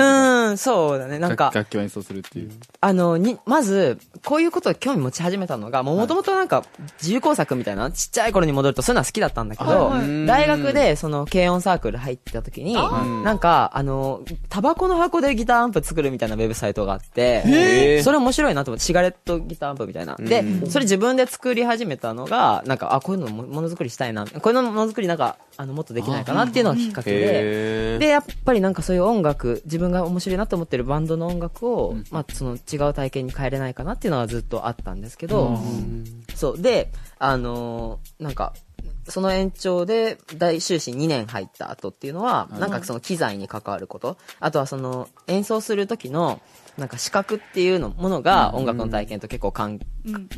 [SPEAKER 4] ーん、そうだね。
[SPEAKER 1] が。
[SPEAKER 4] なんか、
[SPEAKER 1] 楽器を演奏するっていう。
[SPEAKER 4] あの、に、まず、こういうことを興味持ち始めたのが、もともとなんか、自由工作みたいな、ちっちゃい頃に戻るとそういうのは好きだったんだけど
[SPEAKER 2] はいは、
[SPEAKER 4] 大学で、その、軽音サークル入ってた時に、なんか、あの、タバコの箱でギターアンプ作るみたいなウェブサイトがあって、それ面白いなと思って、シガレットギターアンプみたいな。で、それ自分で作り始めたのが、なんか、あ、こういうのもものづくりしたいな、こういうのものづくりなんか、あの、もっとできないかなっていうのがきっかけで、
[SPEAKER 3] へ
[SPEAKER 4] で、やっぱりなんかそういう音楽、自分が面白いなと思ってるバンドの音楽を、まあその違う体験に変えれないかなっていうのはずっとあったんですけど、そう。で、あのーなんか、その延長で大修士2年入った後っていうのは、なんかその機材に関わること、あとはその演奏する時の、なんか視覚っていうのものが音楽の体験と結構関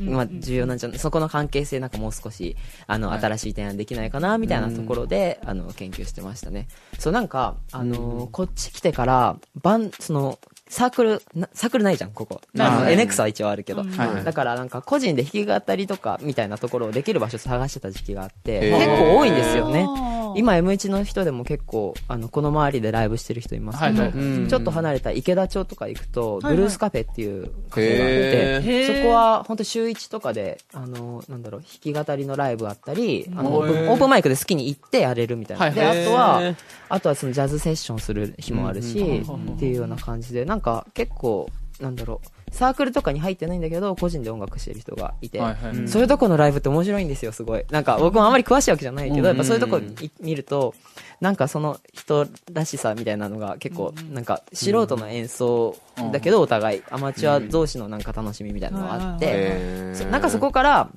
[SPEAKER 4] まあ、重要なんじゃないそこの関係性なんかもう少しあの、新しい提案できないかなみたいなところで、あの研究してましたねそうなんかあのーこっち来てからバンそのサークルなサークルないじゃんここ
[SPEAKER 2] ない
[SPEAKER 4] あの
[SPEAKER 1] ない
[SPEAKER 4] NX は一応あるけど、
[SPEAKER 2] うん
[SPEAKER 1] はいはい
[SPEAKER 4] だからなんか個人で弾き語りとかみたいなところをできる場所探してた時期があって
[SPEAKER 3] へー
[SPEAKER 4] 結構多いんですよね
[SPEAKER 2] あー
[SPEAKER 4] 今 M1 の人でも結構あのこの周りでライブしてる人いますけど、
[SPEAKER 1] はいはい
[SPEAKER 3] うん
[SPEAKER 4] ちょっと離れた池田町とか行くと、
[SPEAKER 2] はいはい
[SPEAKER 4] ブルースカフェっていうカフェがあ
[SPEAKER 3] へ
[SPEAKER 4] っ
[SPEAKER 2] ー
[SPEAKER 4] て、そこは本当週1とかで、あの、なんだろう、弾き語りのライブあったり、あのオープ
[SPEAKER 1] へ
[SPEAKER 4] ン
[SPEAKER 1] ー
[SPEAKER 4] オープンマイクで好きに行ってやれるみたいな。
[SPEAKER 1] はい
[SPEAKER 4] で、
[SPEAKER 1] は
[SPEAKER 4] あ
[SPEAKER 1] い
[SPEAKER 4] と
[SPEAKER 3] へー
[SPEAKER 4] は、あとはそのジャズセッションする日もあるし、
[SPEAKER 1] うん
[SPEAKER 4] っていうような感じで、なんか結構、なんだろう、サークルとかに入ってないんだけど、個人で音楽してる人がいて、
[SPEAKER 1] はいはい
[SPEAKER 4] うんそういうとこのライブって面白いんですよ、すごい。なんか僕もあんまり詳しいわけじゃないけど、やっぱそういうとこい見ると、なんかその人らしさみたいなのが結構、なんか素人の演奏だけど、お互いアマチュア同士のなんか楽しみみたいなのがあっ
[SPEAKER 2] うん
[SPEAKER 4] て、そなんかそこから、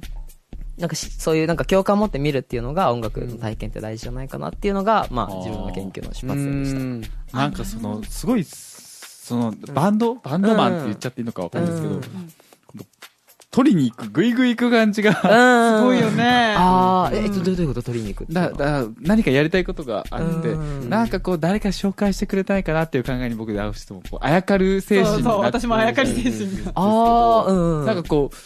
[SPEAKER 4] なんかしそういうなんか共感を持って見るっていうのが音楽の体験って大事じゃないかなっていうのが、まあ
[SPEAKER 1] ー
[SPEAKER 4] 自分の研究の出
[SPEAKER 3] う
[SPEAKER 4] 発点でした。
[SPEAKER 3] ん
[SPEAKER 1] なんかその、すごい、その、バンドバンドマンって言っちゃっていいのかわかんないですけど
[SPEAKER 4] うん、
[SPEAKER 1] 取りに行く、ぐいぐい行く感じが、
[SPEAKER 4] す
[SPEAKER 2] すごいよ。ね。
[SPEAKER 4] ああ、えっと、どうどういうこと取りに行くっていうの
[SPEAKER 1] だ
[SPEAKER 4] は
[SPEAKER 1] だ何かやりたいことがあって、
[SPEAKER 4] うん
[SPEAKER 1] なんかこう誰か紹介してくれないかなっていう考えに僕で合う人もこうあやかる精
[SPEAKER 2] そ
[SPEAKER 1] 神
[SPEAKER 2] う
[SPEAKER 1] にな
[SPEAKER 2] そう、
[SPEAKER 1] って
[SPEAKER 2] 私もあやかり精神が。
[SPEAKER 4] ああ、うん。
[SPEAKER 1] なんかこう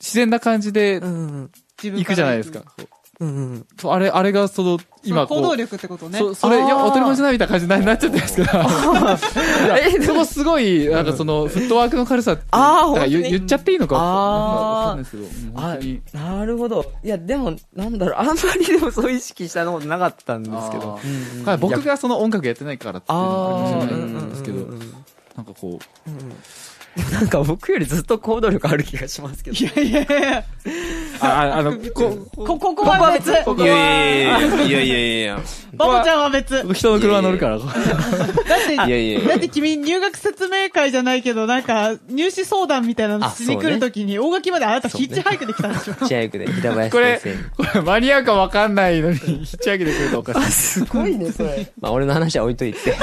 [SPEAKER 1] 自然な感じで
[SPEAKER 4] うん。
[SPEAKER 2] 自分
[SPEAKER 1] 行くじゃないですか、こう
[SPEAKER 3] うんうん。
[SPEAKER 1] そうあれ、あれがその、今
[SPEAKER 2] そ
[SPEAKER 1] こ
[SPEAKER 2] の
[SPEAKER 1] う。
[SPEAKER 2] 行動力ってことね。
[SPEAKER 1] そそれ、いや、
[SPEAKER 4] あー
[SPEAKER 1] 当たり前じゃないみたいな感じにななっちゃってるんですけど。いや そこすごい、なんかその、フットワークの軽さって、
[SPEAKER 4] あー
[SPEAKER 1] だから言
[SPEAKER 4] 本当に
[SPEAKER 1] 言っちゃっていいのか、
[SPEAKER 4] あー
[SPEAKER 1] なんかわかんないですけど、もう
[SPEAKER 4] あ
[SPEAKER 1] 本当に。
[SPEAKER 4] なるほど。いや、でも、なんだろう、あんまりでもそう意識したことなかったんですけど
[SPEAKER 1] あ。ーはい僕がその音楽やってないからっていうのもあるかもしれ
[SPEAKER 4] ーう
[SPEAKER 1] なんいんですけど、
[SPEAKER 4] うんうんうん
[SPEAKER 1] なんかこ
[SPEAKER 4] なんか僕よりずっと行動力ある気がしますけど。いやいやいや。
[SPEAKER 1] う、あ、あの、こ
[SPEAKER 2] こ、ここは別。
[SPEAKER 1] こ
[SPEAKER 3] い
[SPEAKER 1] こ
[SPEAKER 3] やいやいやいやいやいや
[SPEAKER 2] バボちゃんは別。だ
[SPEAKER 1] う、人の車乗るから、
[SPEAKER 2] って、
[SPEAKER 3] いやいやいや
[SPEAKER 2] だって君入学説明会じゃないけど、なんか、入試相談みたいなの
[SPEAKER 3] あ
[SPEAKER 2] しに来るときに、大垣まであなた
[SPEAKER 3] そう
[SPEAKER 2] ヒ
[SPEAKER 3] ね
[SPEAKER 2] ッチハイクで来たん でしょ。
[SPEAKER 3] ヒッチハイクで平林
[SPEAKER 1] これ
[SPEAKER 3] 先生に。、
[SPEAKER 1] これ間に合うかわかんないのに、 引き上げてくるとおかし
[SPEAKER 4] すごいね、そ れ。
[SPEAKER 3] まあ俺の話は置いとい て。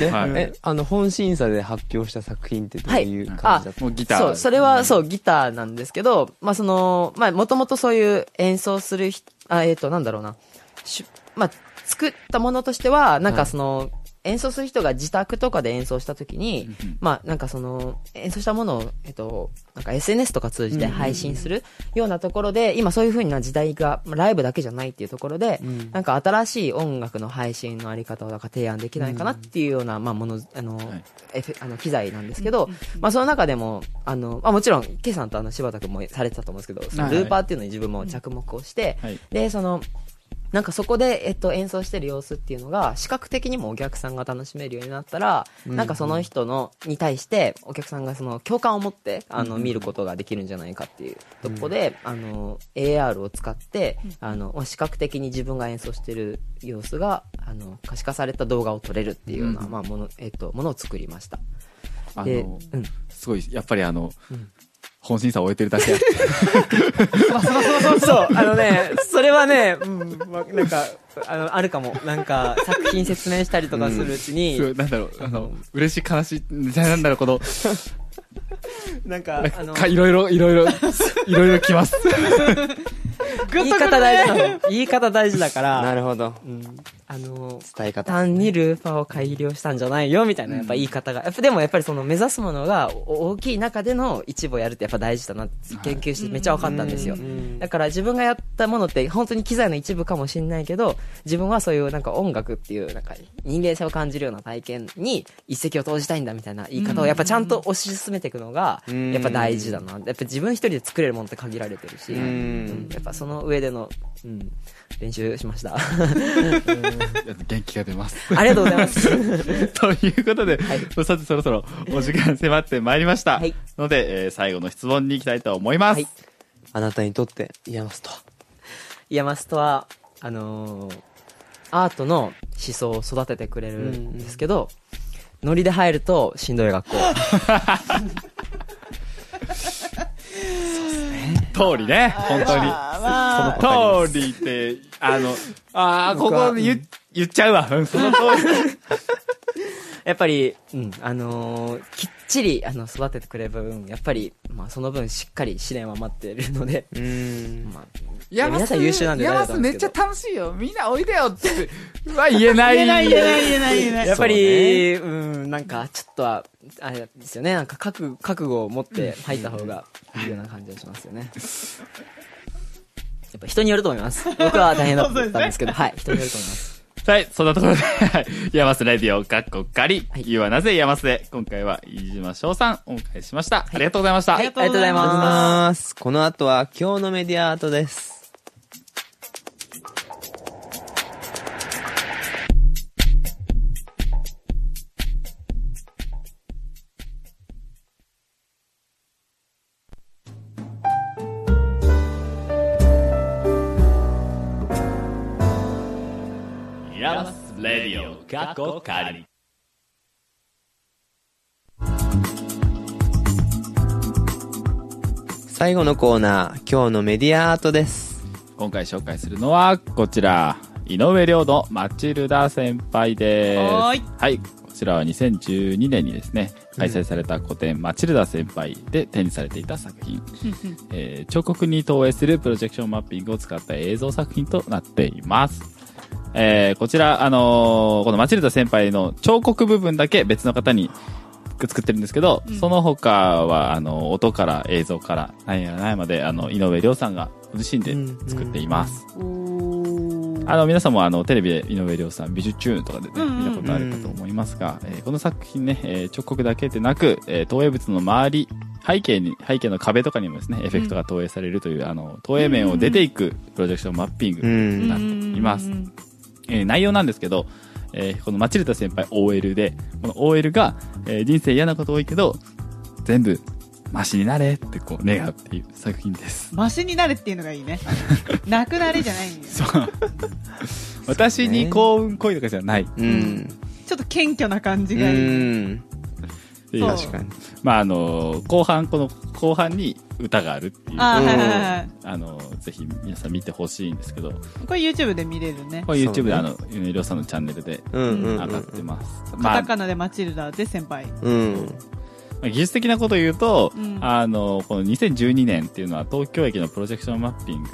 [SPEAKER 3] ね
[SPEAKER 1] はい
[SPEAKER 3] え、あの、本審査で発表した作品ってどういう感
[SPEAKER 4] あ
[SPEAKER 3] じだっ、た
[SPEAKER 1] もうギター
[SPEAKER 4] そう、それは、そう、ギターなんですけど、まあ、その、まあ、もともとそういう演奏する人、あ、えっ、と、なんだろうな。しゅまあ、作ったものとしては、なん
[SPEAKER 3] は
[SPEAKER 4] か
[SPEAKER 3] い
[SPEAKER 4] その、演奏する人が自宅とかで演奏したときに、まあ、なんかその、演奏したものを、えっと、なんか SNS とか通じて配信するようなところで、今そういう風な時代が、まあライブだけじゃないっていうところで、なんか新しい音楽の配信のあり方をなんか提案できないかなっていうような、まあ、もの、あの、
[SPEAKER 1] い
[SPEAKER 4] えあの機材なんですけど、まあ、その中でも、あの、まあ、もちろん、ケイさんとあの、柴田君もされてたと思うんですけど、その
[SPEAKER 1] はい
[SPEAKER 4] ルーパーっていうのに自分も着目をして、
[SPEAKER 1] はい
[SPEAKER 4] で、その、なんかそこで、えっと、演奏してる様子っていうのが、視覚的にもお客さんが楽しめるようになったら、なんかその人の、に対して、お客さんがその共感を持って、あの、見ることができるんじゃないかっていうとこで、あの、AR を使って、あの、まあ視覚的に自分が演奏してる様子が、あの、可視化された動画を撮れるっていうような、
[SPEAKER 1] うん
[SPEAKER 4] まあ、もの、えっと、ものを作りました。
[SPEAKER 1] あ
[SPEAKER 4] で、
[SPEAKER 1] の、
[SPEAKER 4] うん。
[SPEAKER 1] すごい、やっぱりあの、本審査を終えてるだけあって。
[SPEAKER 4] そう、あのね、それはね、うん、まなんか、あの、あるかも。なんか、作品説明したりとかするうち に、
[SPEAKER 1] そうなんだろう、あの、嬉しい、悲しい、なんだろう、この、
[SPEAKER 4] なんか、あの、
[SPEAKER 1] かいろいろ、い ろいろ、いろいろ来ます。
[SPEAKER 4] 言い方大事なの。言い方大事だか
[SPEAKER 3] な
[SPEAKER 4] ら、
[SPEAKER 3] るほど。
[SPEAKER 4] うん、あの、
[SPEAKER 3] 伝え方。
[SPEAKER 4] 単にルーパーを改良したんじゃないよ、みたいな、やっぱ言い方が。やっぱでもやっぱりその目指すものがお大きい中での一部をやるってやっぱ大事だなって研究してめっちゃ分かったんですよ。だから自分がやったものって本当に機材の一部かもしれないけど、自分はそういうなんか音楽っていうなんか人間性を感じるような体験に一石を投じたいんだみたいな言い方をやっぱちゃんと推し進めていくのが、
[SPEAKER 3] ん
[SPEAKER 4] やっぱ大事だな。やっぱ自分一人で作れるものって限られてるし、
[SPEAKER 3] ん
[SPEAKER 4] やっぱその上での、うん、練習しました。
[SPEAKER 1] 元気が出ます。
[SPEAKER 4] ありがとうございます。
[SPEAKER 1] ということで、さてそろそろお時間迫ってまいりました。
[SPEAKER 4] はい
[SPEAKER 1] ので、えー最後の質問に行きたいと思います。
[SPEAKER 4] はい
[SPEAKER 3] あなたにとって、イヤマスとは。
[SPEAKER 4] イヤマスとは、あのーアートの思想を育ててくれるんですけど、ノリで入るとしんどい学校。
[SPEAKER 1] 通りね、本当に。
[SPEAKER 2] まあ、
[SPEAKER 1] 通りって、あの、ああ、ここで言言っちゃうわ。うんその通
[SPEAKER 4] やっぱり、うん、あのーきっちり、あの、育ててくれる分、やっぱり、まあ、その分しっかり試練は待っているので、
[SPEAKER 3] うん。
[SPEAKER 4] まあ、
[SPEAKER 1] り。
[SPEAKER 4] や皆さん優秀なんで
[SPEAKER 1] いや
[SPEAKER 4] 大
[SPEAKER 1] ま
[SPEAKER 4] 丈
[SPEAKER 1] す
[SPEAKER 4] 夫なん
[SPEAKER 1] め
[SPEAKER 4] で
[SPEAKER 1] っ
[SPEAKER 4] す
[SPEAKER 1] ち
[SPEAKER 4] け
[SPEAKER 1] ゃ
[SPEAKER 4] ど
[SPEAKER 1] 楽しいよ。みんなおいでよっては言えない。
[SPEAKER 2] 言えない言えない言えない言えない。
[SPEAKER 4] やっぱ
[SPEAKER 3] ね
[SPEAKER 4] り、うん、なんか、ちょっとは、あれですよね、なんか、覚覚悟を持って入った方がいいような感じがしますよね。やっぱ人によると思います。僕は大変だったんです けど、はい、人によると思います。
[SPEAKER 1] はい、そんなところで、はい山瀬レディオ、かっこかり、
[SPEAKER 4] はい
[SPEAKER 1] ゆうはなぜ山瀬で、今回は飯島翔さん、お迎えしました。ありがとうございました。
[SPEAKER 2] ありがとうござい
[SPEAKER 4] ありがとうご
[SPEAKER 2] ます
[SPEAKER 4] ざいま。
[SPEAKER 3] ます。この後は、今日のメディアアートです。
[SPEAKER 1] 山瀬レディオ、かっこかり。
[SPEAKER 3] 最後のコーナー、今日のメディアアートです。
[SPEAKER 1] 今回紹介するのは、こちら、井上亮のマチルダ先輩です。
[SPEAKER 2] はーい
[SPEAKER 1] はい。こちらは2012年にですね、開催された個展、マチルダ先輩で展示されていた作品、えー彫刻に投影するプロジェクションマッピングを使った映像作品となっています。えーこちら、あのーこのマチルダ先輩の彫刻部分だけ別の方に作ってるんですけど、その他は、あの、音から映像から、何やら何やまで、あの、井上亮さんがご自身で作っています。
[SPEAKER 2] おー
[SPEAKER 1] あの、皆さんもあの、テレビで井上亮さん、美術チューンとかでね、
[SPEAKER 2] うんうん
[SPEAKER 1] 見たことあるかと思いますが、えーこの作品ね、えー直角だけでなく、えー投影物の周り、背景に、背景の壁とかにもですね、エフェクトが投影されるという、あの、投影面を出ていくプロジェクションマッピング
[SPEAKER 3] うん
[SPEAKER 1] になっています。
[SPEAKER 2] うん
[SPEAKER 1] えー内容なんですけど、えーこのマチルタ先輩 OL で、この OL が、えー人生嫌なこと多いけど、全部、マシになれってこう願うっていう作品です。
[SPEAKER 2] マシになれっていうの がいいね。なくなれじゃないんよ。
[SPEAKER 1] そう。 私に幸運恋とかじゃない。
[SPEAKER 3] うん。
[SPEAKER 2] ちょっと謙虚な感じ
[SPEAKER 3] う
[SPEAKER 2] がいい。
[SPEAKER 3] ん。
[SPEAKER 1] っていう
[SPEAKER 2] そう
[SPEAKER 3] 確かに。
[SPEAKER 1] まああの後半この後半に歌があるっていうあ
[SPEAKER 2] あーはいはいは
[SPEAKER 1] のぜひ皆さん見てほしいんですけど
[SPEAKER 2] い。これ YouTube で見れるね。
[SPEAKER 1] これ YouTube で
[SPEAKER 3] そうね
[SPEAKER 1] あのゆねりょうさんのチャンネルで
[SPEAKER 3] うんうん
[SPEAKER 1] 上がってます、ま
[SPEAKER 2] カ
[SPEAKER 1] あ
[SPEAKER 2] タカナでマチルダで先輩。
[SPEAKER 3] うん。
[SPEAKER 1] まあ技術的なことを言うと、
[SPEAKER 2] うん
[SPEAKER 1] あのこの2012年っていうのは東京駅のプロジェクションマッピング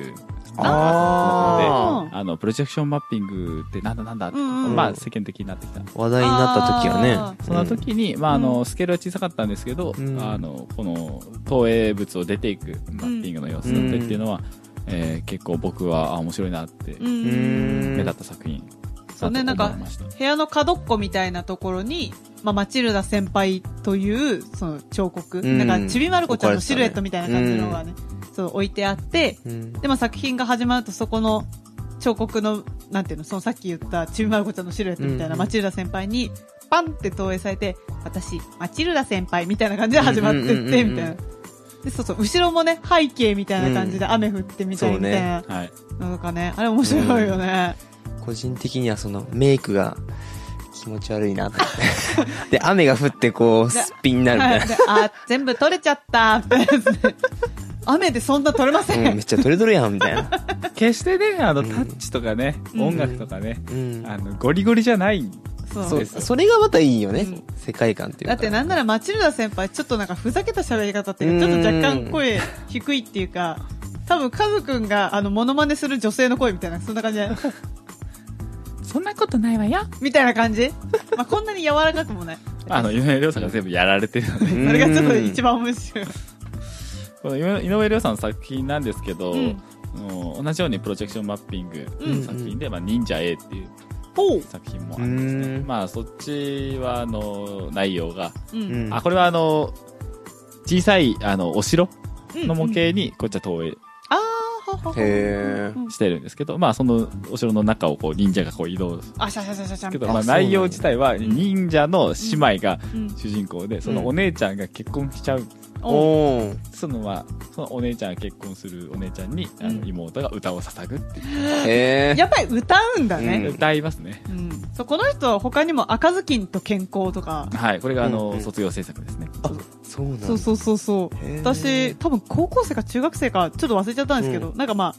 [SPEAKER 3] あ
[SPEAKER 2] ー
[SPEAKER 1] あのプロジェクションマッピングってなんだなんだって、
[SPEAKER 2] うんうん
[SPEAKER 1] まあ世間的になってきた
[SPEAKER 3] あ。話題になった時は
[SPEAKER 2] あ
[SPEAKER 3] ね。
[SPEAKER 1] その時に、まあ、あの、スケールは小さかったんですけど、
[SPEAKER 3] うん
[SPEAKER 1] あの、この、投影物を出ていくマッピングの様子だったりっていうのは、えー結構僕は、あ、面白いなって、
[SPEAKER 2] う。
[SPEAKER 3] うん
[SPEAKER 1] 目
[SPEAKER 3] ん。
[SPEAKER 1] 立った作品。
[SPEAKER 2] そうね
[SPEAKER 1] だと思
[SPEAKER 2] なんか
[SPEAKER 1] いました
[SPEAKER 2] 部屋の角っこみたいなところに、まあ、マチルダ先輩という、その彫刻。
[SPEAKER 3] うん
[SPEAKER 2] なんか、ちびまる子ちゃんのシルエットみたいな感じのがね、そう置いてあって、
[SPEAKER 3] うん
[SPEAKER 2] で、まあ、作品が始まるとそこの彫刻の、なんていうの、そのさっき言ったちびまる子ちゃんのシルエットみたいな
[SPEAKER 3] うん
[SPEAKER 2] マチルダ先輩に、パンって投影されて、私、マチルダ先輩みたいな感じで始まって
[SPEAKER 3] うんうん
[SPEAKER 2] っ
[SPEAKER 3] うんう
[SPEAKER 2] て、
[SPEAKER 3] ん
[SPEAKER 2] みたいな。で、そうそう、後ろもね、背景みたいな感じで雨降ってみたいみたいな
[SPEAKER 1] はい。
[SPEAKER 2] のとかね、あれ面白いよね。
[SPEAKER 3] 個人的にはそのメイクが気持ち悪いなと思って。で、雨が降ってこう、すっぴんになるみたいな。
[SPEAKER 2] であ、全部取れちゃった、みたいなやつね雨でそんな取れませ。
[SPEAKER 3] うんん、めっちゃドレドレやん、みたいな。
[SPEAKER 1] 決してね、あの、
[SPEAKER 3] うん
[SPEAKER 1] タッチとかね、
[SPEAKER 2] うん
[SPEAKER 1] 音楽とかね、
[SPEAKER 3] うん。
[SPEAKER 1] あの、ゴリゴリじゃない。
[SPEAKER 2] そう
[SPEAKER 3] そう、
[SPEAKER 1] ですよ
[SPEAKER 3] それがまたいいよね
[SPEAKER 2] うん。
[SPEAKER 3] 世界観っていう
[SPEAKER 2] だ
[SPEAKER 3] か。
[SPEAKER 2] ってなんならマチルダ先輩、ちょっとなんかふざけた喋り方っていうか、ちょっと若干声低いっていうか、多分カズくんがあの、モノマネする女性の声みたいな、そんな感 じで、
[SPEAKER 1] そんなことないわよ。
[SPEAKER 2] みたいな感じまあこんなに柔らかくもない。
[SPEAKER 1] あの、井上涼さんが全部やられてるので、
[SPEAKER 3] う
[SPEAKER 2] そ
[SPEAKER 3] ん
[SPEAKER 2] れがちょっと一番面白い。
[SPEAKER 1] この井上井上涼さんの作品なんですけど、
[SPEAKER 2] うん
[SPEAKER 1] あの同じようにプロジェクションマッピングの作品で、まあ、忍者 A っていう
[SPEAKER 2] ほう。
[SPEAKER 1] 作品もあるんですね。
[SPEAKER 3] うん
[SPEAKER 1] まあ、そっちは、あの、内容が、
[SPEAKER 2] うん。う
[SPEAKER 3] うんん
[SPEAKER 1] あ、これはあの、小さい、あの、お城
[SPEAKER 2] うん
[SPEAKER 1] の模型に、こっちは投影
[SPEAKER 2] あー、ははは。
[SPEAKER 3] へー
[SPEAKER 1] してるんですけど、まあ、そのお城の中をこう、忍者がこう移動す
[SPEAKER 2] あ、シャシャシャシャシャ
[SPEAKER 1] るけ
[SPEAKER 2] み
[SPEAKER 1] ど、
[SPEAKER 2] たいな。
[SPEAKER 1] まあ、内容自体は、忍者の姉妹が
[SPEAKER 2] うん
[SPEAKER 1] 主人公で、そのお姉ちゃんが結婚しちゃう。
[SPEAKER 2] お
[SPEAKER 3] おー。
[SPEAKER 1] そのまあ、そのお姉ちゃんが結婚するお姉ちゃんに、あ
[SPEAKER 2] う
[SPEAKER 1] の、
[SPEAKER 2] ん
[SPEAKER 1] 妹が歌を捧ぐっていう。
[SPEAKER 3] へー。
[SPEAKER 2] やっぱり歌うんだね。
[SPEAKER 1] 歌いますね。
[SPEAKER 2] うん、そうこの人は他にも赤ずきんと健康とか、
[SPEAKER 1] はい。これがあの、
[SPEAKER 3] うんうん
[SPEAKER 1] 卒業制作ですね。
[SPEAKER 3] あ、そうなんだ
[SPEAKER 2] そうそうそうそう
[SPEAKER 3] へー
[SPEAKER 2] 私多分高校生か中学生かちょっと忘れちゃったんですけど、なんかまあ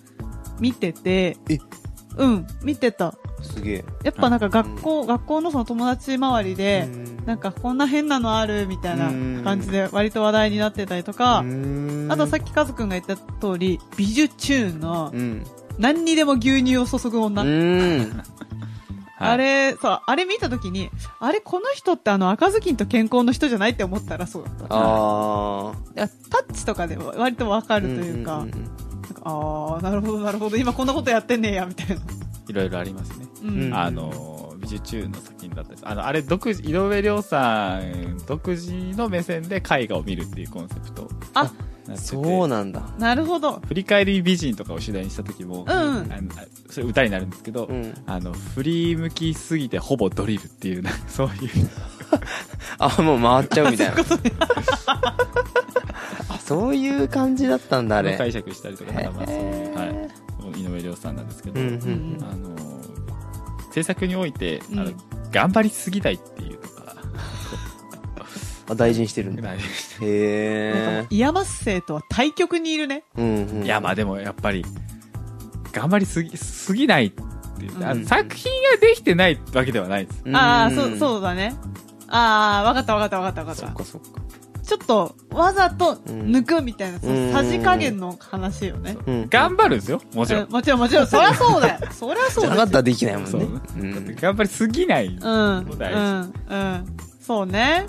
[SPEAKER 2] 見てて
[SPEAKER 3] え
[SPEAKER 2] うん見てた
[SPEAKER 3] すげえ。
[SPEAKER 2] やっぱなんか学校、学校のその友達周りで、なん
[SPEAKER 3] か、
[SPEAKER 2] かこんな変なのあるみたいな感じで割と話題になってたりとか、あとさっ
[SPEAKER 3] き、
[SPEAKER 2] きカズくんが言った通り、美術チューンの
[SPEAKER 3] うん。
[SPEAKER 2] 何にでも牛乳を注ぐ女。
[SPEAKER 3] うん。
[SPEAKER 1] はい
[SPEAKER 2] あれ、そう、あれ見たときに、あれ、この人ってあの、赤ずきんと健康の人じゃないって思ったらそうだった。
[SPEAKER 3] あー。
[SPEAKER 2] いやタッチとかでわ割とわかるというか、
[SPEAKER 3] んんん
[SPEAKER 2] なんかあー、なるほど、なるほど、今こんなことやってんねや、みたいな。
[SPEAKER 1] いろいろありますね。
[SPEAKER 2] うん。
[SPEAKER 1] あの、美術中の作品だったり、あの、あれ、独自、井上涼さん独自の目線で絵画を見るっていうコンセプト。
[SPEAKER 2] あ、
[SPEAKER 1] なってて
[SPEAKER 3] そうなんだ。
[SPEAKER 2] なるほど。
[SPEAKER 1] 振り返り美人とかを主題にした時も、
[SPEAKER 2] うん
[SPEAKER 1] あのあそれ歌になるんですけど、
[SPEAKER 3] うん
[SPEAKER 1] あの、振り向きすぎてほぼドリルっていう、なん かそういう。
[SPEAKER 3] あ、もう回っちゃうみた いな。あ、そういう感じだったんだ、あれ。
[SPEAKER 1] 解釈したりとか、なんかまあそういう、はい。井上涼さんなんですけど、
[SPEAKER 3] うんうん
[SPEAKER 1] あの、制作において、あの
[SPEAKER 2] うん
[SPEAKER 1] 頑張りすぎないっていうとか、
[SPEAKER 3] あ、大事にしてるんだ。
[SPEAKER 1] ない
[SPEAKER 2] なん
[SPEAKER 3] へ
[SPEAKER 2] かイヤマス生とは対極にいるね。
[SPEAKER 3] ー。うんうん。
[SPEAKER 1] いや、まあでもやっぱり、頑張りすぎ、すぎないっていう、あ
[SPEAKER 2] う
[SPEAKER 1] の
[SPEAKER 2] ん
[SPEAKER 1] 作品ができてないわけではないです。
[SPEAKER 3] うん
[SPEAKER 2] ああ、そう、そうだね。ああ、わかったわかったわかったわ
[SPEAKER 3] そ
[SPEAKER 2] か
[SPEAKER 3] っ
[SPEAKER 2] っ
[SPEAKER 3] かそっか。
[SPEAKER 2] た。ちょっと、わざと抜くみたいな、そのさじ加減の話よね。
[SPEAKER 3] うん。
[SPEAKER 1] 頑張るんですよ、もちろん
[SPEAKER 2] うん。もちろん、もちろん、そりゃそうだよ。 そりゃ
[SPEAKER 3] じ
[SPEAKER 2] そうだ
[SPEAKER 3] ゃ
[SPEAKER 2] よ
[SPEAKER 3] なかったらできないもん
[SPEAKER 1] そう
[SPEAKER 3] ね。
[SPEAKER 1] だって
[SPEAKER 3] ん。
[SPEAKER 1] 頑張りすぎない。
[SPEAKER 2] うん。う
[SPEAKER 1] も
[SPEAKER 2] ん。
[SPEAKER 1] 大事
[SPEAKER 2] うん。そうね。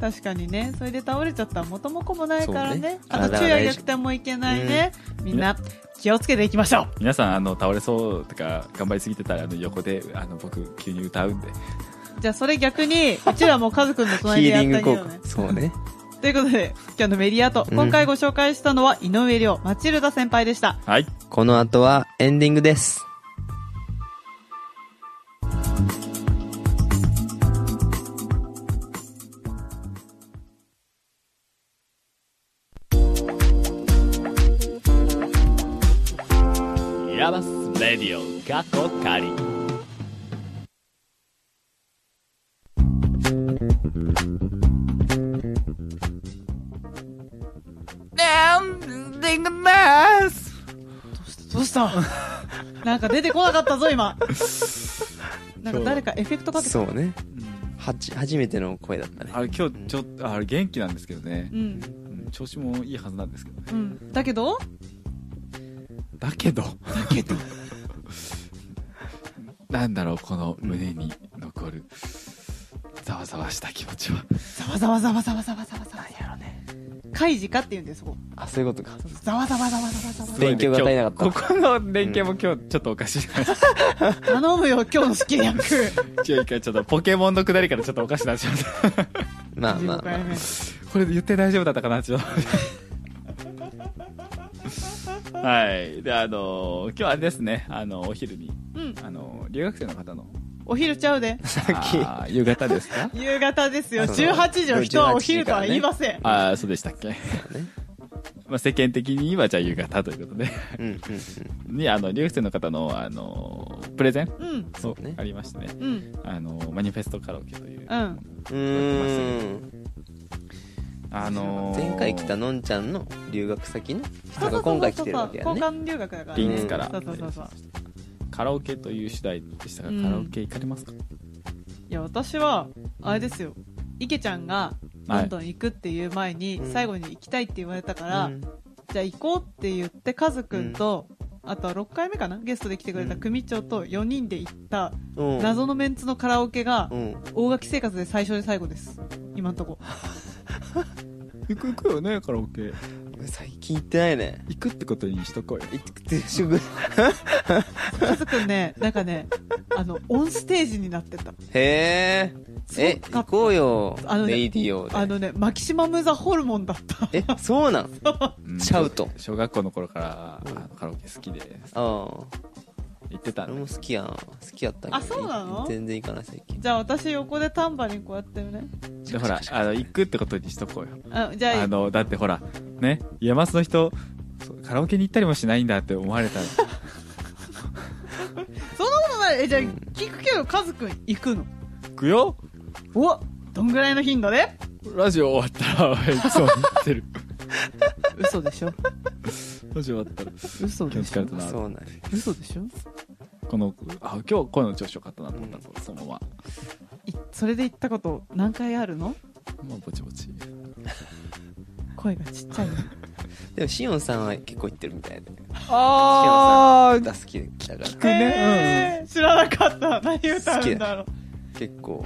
[SPEAKER 2] 確かにね。それで倒れちゃったら元も子もないからね。
[SPEAKER 3] そうね
[SPEAKER 2] あ
[SPEAKER 3] 体
[SPEAKER 2] と、
[SPEAKER 3] が
[SPEAKER 2] 昼夜
[SPEAKER 3] 大事
[SPEAKER 2] 逆転もいけないね。みんな、気をつけていきましょう
[SPEAKER 1] 皆さん、あの、倒れそうとか、頑張りすぎてたら、あの、横で、あの、僕、急に歌うんで。
[SPEAKER 2] じゃあそれ逆に、うちらもカズくんの
[SPEAKER 3] ヒ
[SPEAKER 2] 隣で
[SPEAKER 3] ー
[SPEAKER 2] やっ
[SPEAKER 3] リン
[SPEAKER 2] た
[SPEAKER 3] グ
[SPEAKER 2] り
[SPEAKER 3] 効
[SPEAKER 2] よ
[SPEAKER 3] 果
[SPEAKER 2] ね。。
[SPEAKER 3] そうね。
[SPEAKER 2] ということで、今日のメディアート、今回ご紹介したのは井上亮、マチルダ先輩でした。
[SPEAKER 1] はい。
[SPEAKER 3] この後はエンディングです。
[SPEAKER 1] イヤマスレディオ過去仮。
[SPEAKER 2] どうしたなんか出てこなかったぞ、今。なんか誰かエフェクトかけて
[SPEAKER 3] そうね。はち、初めての声だったね。
[SPEAKER 1] あれ今日ちょっとあれ元気なんですけどね
[SPEAKER 2] う、ん。
[SPEAKER 1] うん調子もいいはずなんですけどね
[SPEAKER 2] うん。だけど、
[SPEAKER 1] だけどだけど なんだろうこの胸に残るざわざわした気持ちは
[SPEAKER 2] ざわざわざわざわざわざわざわ。やろね。カイジかって言うんです、そこ。
[SPEAKER 3] あ、そういうことか。
[SPEAKER 2] ざわざわざわざわざわざわ。
[SPEAKER 3] 勉強が足りなか
[SPEAKER 1] 今
[SPEAKER 3] っ
[SPEAKER 1] 日ここの連携も今日ちょっとおかしいじゃないですか
[SPEAKER 2] 頼むよ、今日の試験役。
[SPEAKER 1] 今日一回ちょっとポケモンのくだりからちょっとおかしくなっちゃった
[SPEAKER 3] た。まあまあま
[SPEAKER 2] 15
[SPEAKER 3] あ
[SPEAKER 2] 回。目。
[SPEAKER 1] これ言って大丈夫だったかなちょっとはいであのー今日あれですねあのお昼に
[SPEAKER 2] うん。
[SPEAKER 1] あの留学生の方の
[SPEAKER 2] お昼ちゃうで。
[SPEAKER 1] あー夕方ですか
[SPEAKER 2] 夕方ですよ。
[SPEAKER 3] あそう
[SPEAKER 2] 18時の人はお昼とは
[SPEAKER 3] 18時からね
[SPEAKER 2] 言いません。
[SPEAKER 1] ああそうでしたっけ、 まあ、世間的にはじゃあ夕方ということで
[SPEAKER 3] うんうんうん。
[SPEAKER 1] にあの留学生の方の、あのプレゼン
[SPEAKER 2] うん。
[SPEAKER 1] そう、
[SPEAKER 3] ね
[SPEAKER 1] ありましてね、
[SPEAKER 2] うん。
[SPEAKER 1] あのマニフェストカラオケという、
[SPEAKER 3] う
[SPEAKER 2] うん
[SPEAKER 3] ーん。
[SPEAKER 1] あの
[SPEAKER 3] 前回来た
[SPEAKER 1] の
[SPEAKER 3] のんちゃんの留学先の
[SPEAKER 2] そ
[SPEAKER 3] 人が
[SPEAKER 2] うそう
[SPEAKER 3] 今
[SPEAKER 2] そうそう
[SPEAKER 3] 回来てるわけやね
[SPEAKER 2] 交。換留学だから、
[SPEAKER 1] リンクから、
[SPEAKER 2] そうそうそうそう
[SPEAKER 1] カラオケという次第でしたが、
[SPEAKER 2] うん
[SPEAKER 1] カラオケ行かれますか
[SPEAKER 2] いや私はあれですよ池ちゃんがロンドン行くっていう前に、
[SPEAKER 3] うん
[SPEAKER 2] 最後に行きたいって言われたから、
[SPEAKER 3] うん
[SPEAKER 2] じゃあ行こうって言ってカズくんと、あとは6回目かなゲストで来てくれた組長と4人で行った
[SPEAKER 3] うん。
[SPEAKER 2] 謎のメンツのカラオケが
[SPEAKER 3] うん。
[SPEAKER 2] 大垣生活で最初で最後です今んとこ
[SPEAKER 1] 行く行くよねカラオケ
[SPEAKER 3] 最近行ってないね。
[SPEAKER 1] 行くってことにしとこうよ
[SPEAKER 3] 行ってすぐ。
[SPEAKER 2] カズく んねなんかねあのオンステージになってた
[SPEAKER 3] へえ。え、
[SPEAKER 2] すごか
[SPEAKER 3] 行
[SPEAKER 2] った
[SPEAKER 3] こうよ
[SPEAKER 2] あの。ね
[SPEAKER 3] レイディオで
[SPEAKER 2] あのねマキシマム・ザ・ホルモンだった
[SPEAKER 3] え、そうなん
[SPEAKER 1] うん
[SPEAKER 3] シャウト。
[SPEAKER 1] 小学校の頃からあのカラオケ好きで
[SPEAKER 3] ああ。
[SPEAKER 1] 行ってたん
[SPEAKER 3] 俺
[SPEAKER 1] で
[SPEAKER 3] も好きやん。好きやったんやけど
[SPEAKER 2] あそうなの
[SPEAKER 3] 全然行かない最近。
[SPEAKER 2] じゃあ私横でタンバリンこうやってるね
[SPEAKER 1] でほらあの行くってことにしとこうよ
[SPEAKER 2] あじゃあ
[SPEAKER 1] あの、だってほら、ね、山須の人、そうカラオケに行ったりもしないんだって思われた ら、
[SPEAKER 2] そんなことない。え、じゃあ、
[SPEAKER 3] うん
[SPEAKER 2] 聞くけど、カズくん行くの。
[SPEAKER 1] 行くよ
[SPEAKER 2] おどんぐらいの頻度で
[SPEAKER 1] ラジオ終わったら、いつも行ってる。
[SPEAKER 2] 嘘でしょ
[SPEAKER 1] ラジオ終わったら、
[SPEAKER 2] 嘘
[SPEAKER 1] 今
[SPEAKER 2] で
[SPEAKER 1] 日
[SPEAKER 2] し
[SPEAKER 1] 疲れ
[SPEAKER 2] ょ
[SPEAKER 1] たな。
[SPEAKER 3] そうなんや
[SPEAKER 2] 嘘でしょ
[SPEAKER 1] この、あ、今日声の調子良かったなと思ったの、そのま
[SPEAKER 2] いそれで行ったこと何回あるの
[SPEAKER 1] ま。まあ、ぼちぼち。
[SPEAKER 2] 声がちっちゃいの。
[SPEAKER 3] でも、しおんさんは結構行ってるみたいで。
[SPEAKER 1] あ
[SPEAKER 3] 歌好きだから、
[SPEAKER 1] 聞くね。
[SPEAKER 2] えー知らなかった。何歌
[SPEAKER 3] 好
[SPEAKER 2] うん
[SPEAKER 3] き
[SPEAKER 2] だろう。
[SPEAKER 3] 結構。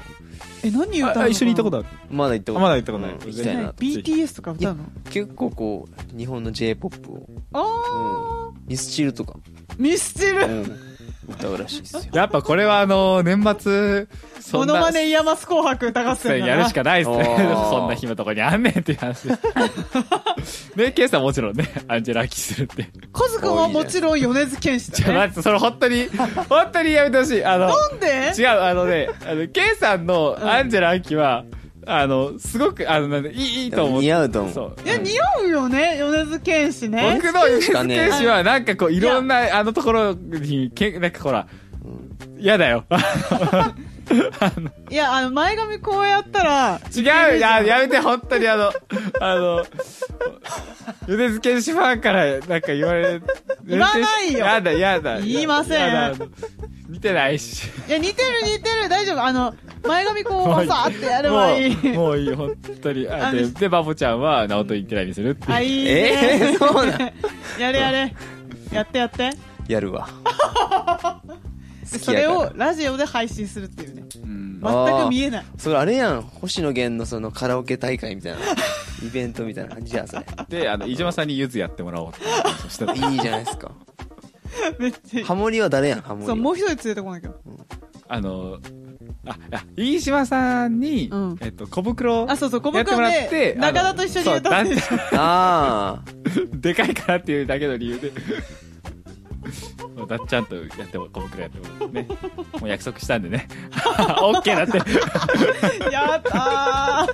[SPEAKER 2] え、何
[SPEAKER 1] うん。
[SPEAKER 2] 歌う
[SPEAKER 1] あ
[SPEAKER 2] の
[SPEAKER 1] あ一緒に行ったこと
[SPEAKER 2] あ
[SPEAKER 1] ある。
[SPEAKER 3] まだ行ったこと
[SPEAKER 1] まだ行ったことない
[SPEAKER 3] うん行きたいな。
[SPEAKER 1] ぜひ
[SPEAKER 2] BTS とか歌うの
[SPEAKER 3] 結構こう、日本の J-POP を、
[SPEAKER 2] あ
[SPEAKER 3] うん、ミスチルとか、
[SPEAKER 2] ー、ミスチ
[SPEAKER 3] う
[SPEAKER 2] ル
[SPEAKER 3] ん、歌うらしいですよ。
[SPEAKER 1] やっぱこれはあの、年末、そ
[SPEAKER 2] モ
[SPEAKER 1] ん
[SPEAKER 2] ノ
[SPEAKER 1] な
[SPEAKER 2] マ、ネイヤマス紅白歌合戦だな
[SPEAKER 1] やるしかないっ すね。
[SPEAKER 3] おー
[SPEAKER 1] そんな暇とこにあんねんっていう 話です。ね、ケイさんもちろんね、アンジェラ・アキするって。
[SPEAKER 2] カズくんはもちろん米津玄師
[SPEAKER 1] ちょ、待
[SPEAKER 2] だね。
[SPEAKER 1] って、それ本当に、本当にやめてほしい。あの、
[SPEAKER 2] なんで
[SPEAKER 1] 違う、あのね、あの、ケイさんの
[SPEAKER 2] ん
[SPEAKER 1] アンジェラ・アキは、あの、すごく、あの、なんで、いい、いいと思う。
[SPEAKER 3] 似合うと思う
[SPEAKER 1] そう。
[SPEAKER 2] いや、似合うよね、米津玄師ね。
[SPEAKER 1] 僕のユス
[SPEAKER 3] かね
[SPEAKER 1] ケ氏は、なんかこう、いろんな、あのところに、けなんかほら、嫌だ よ。
[SPEAKER 2] いや、あの、前髪こうやったら、
[SPEAKER 1] 違う、や、やめて、本当にあ の、あの、米津玄師ファンから、なんか言われ、
[SPEAKER 2] 言わないよ
[SPEAKER 1] やだ、やだ。
[SPEAKER 2] 言いません
[SPEAKER 1] やだ似てないし。
[SPEAKER 2] いや、似てる似てる、大丈夫。あの、前髪こう、わさーってやればいい。
[SPEAKER 1] もうもういい、本当に。あ
[SPEAKER 2] あ
[SPEAKER 1] で、
[SPEAKER 2] の
[SPEAKER 1] で、バボちゃんは、直人に手紙するっていう。
[SPEAKER 2] あ、いい
[SPEAKER 3] え
[SPEAKER 2] ね。
[SPEAKER 3] ーそうなん
[SPEAKER 2] やれやれ。やってやって。
[SPEAKER 3] やるわ。好
[SPEAKER 2] でそ
[SPEAKER 3] き
[SPEAKER 2] れ
[SPEAKER 3] やか
[SPEAKER 2] を
[SPEAKER 3] ら。
[SPEAKER 2] ラジオで配信するっていうね。
[SPEAKER 1] うん
[SPEAKER 2] 全く見えない。
[SPEAKER 3] それあれやん、星野源のそのカラオケ大会みたいな。 イベントみたいな感じじゃん、それ。
[SPEAKER 1] で、あの、飯島さんにゆずやってもらおうって話をしてた。
[SPEAKER 3] いいじゃないですか。
[SPEAKER 2] めっちゃいい
[SPEAKER 3] ハモリは誰やん、ハモリは。
[SPEAKER 2] そう、もう一人連れてこなきゃ。
[SPEAKER 1] あの、あ、あ飯島さんに、
[SPEAKER 2] うん
[SPEAKER 1] えっと、小袋、
[SPEAKER 2] あ、そうそう、小
[SPEAKER 1] やっても
[SPEAKER 2] 袋
[SPEAKER 1] らって
[SPEAKER 2] で、、中田と一緒に
[SPEAKER 1] や
[SPEAKER 2] 歌ってる。
[SPEAKER 3] あ
[SPEAKER 1] でかいからっていうだけの理由で。もうだっちゃんとやっても、小袋やってもらってね。もう約束したんでね。 オッケーだって。
[SPEAKER 2] やったー
[SPEAKER 3] あ、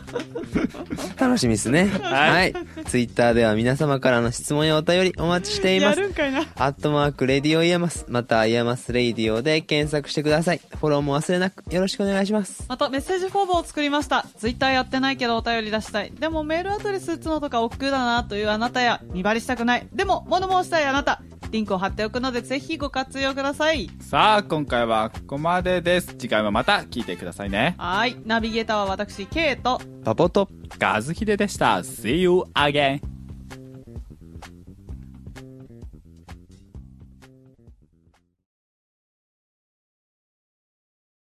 [SPEAKER 3] 楽しみですね。はい。ツイッターでは皆様からの質問やお便りお待ちしていま
[SPEAKER 2] や
[SPEAKER 3] す。
[SPEAKER 2] るんかいな。
[SPEAKER 3] アットマーク、レディオイヤマス、またイヤマスレディオで検索してください。フォローも忘れなくよろしくお願いします。
[SPEAKER 2] またメッセージフォームを作りました。ツイッターやってないけどお便り出したい。でもメールアドレス打つのとか億劫だなというあなたや、見張りしたくない。でも物申したいあなた。リンクを貼っておくのでぜひご活用ください。
[SPEAKER 1] さあ、今回はここまでです。次回もまた聞いてくださいね。
[SPEAKER 2] はい。ナビゲーターは私、K と、
[SPEAKER 3] パポと
[SPEAKER 1] ガズヒデでした。See you again!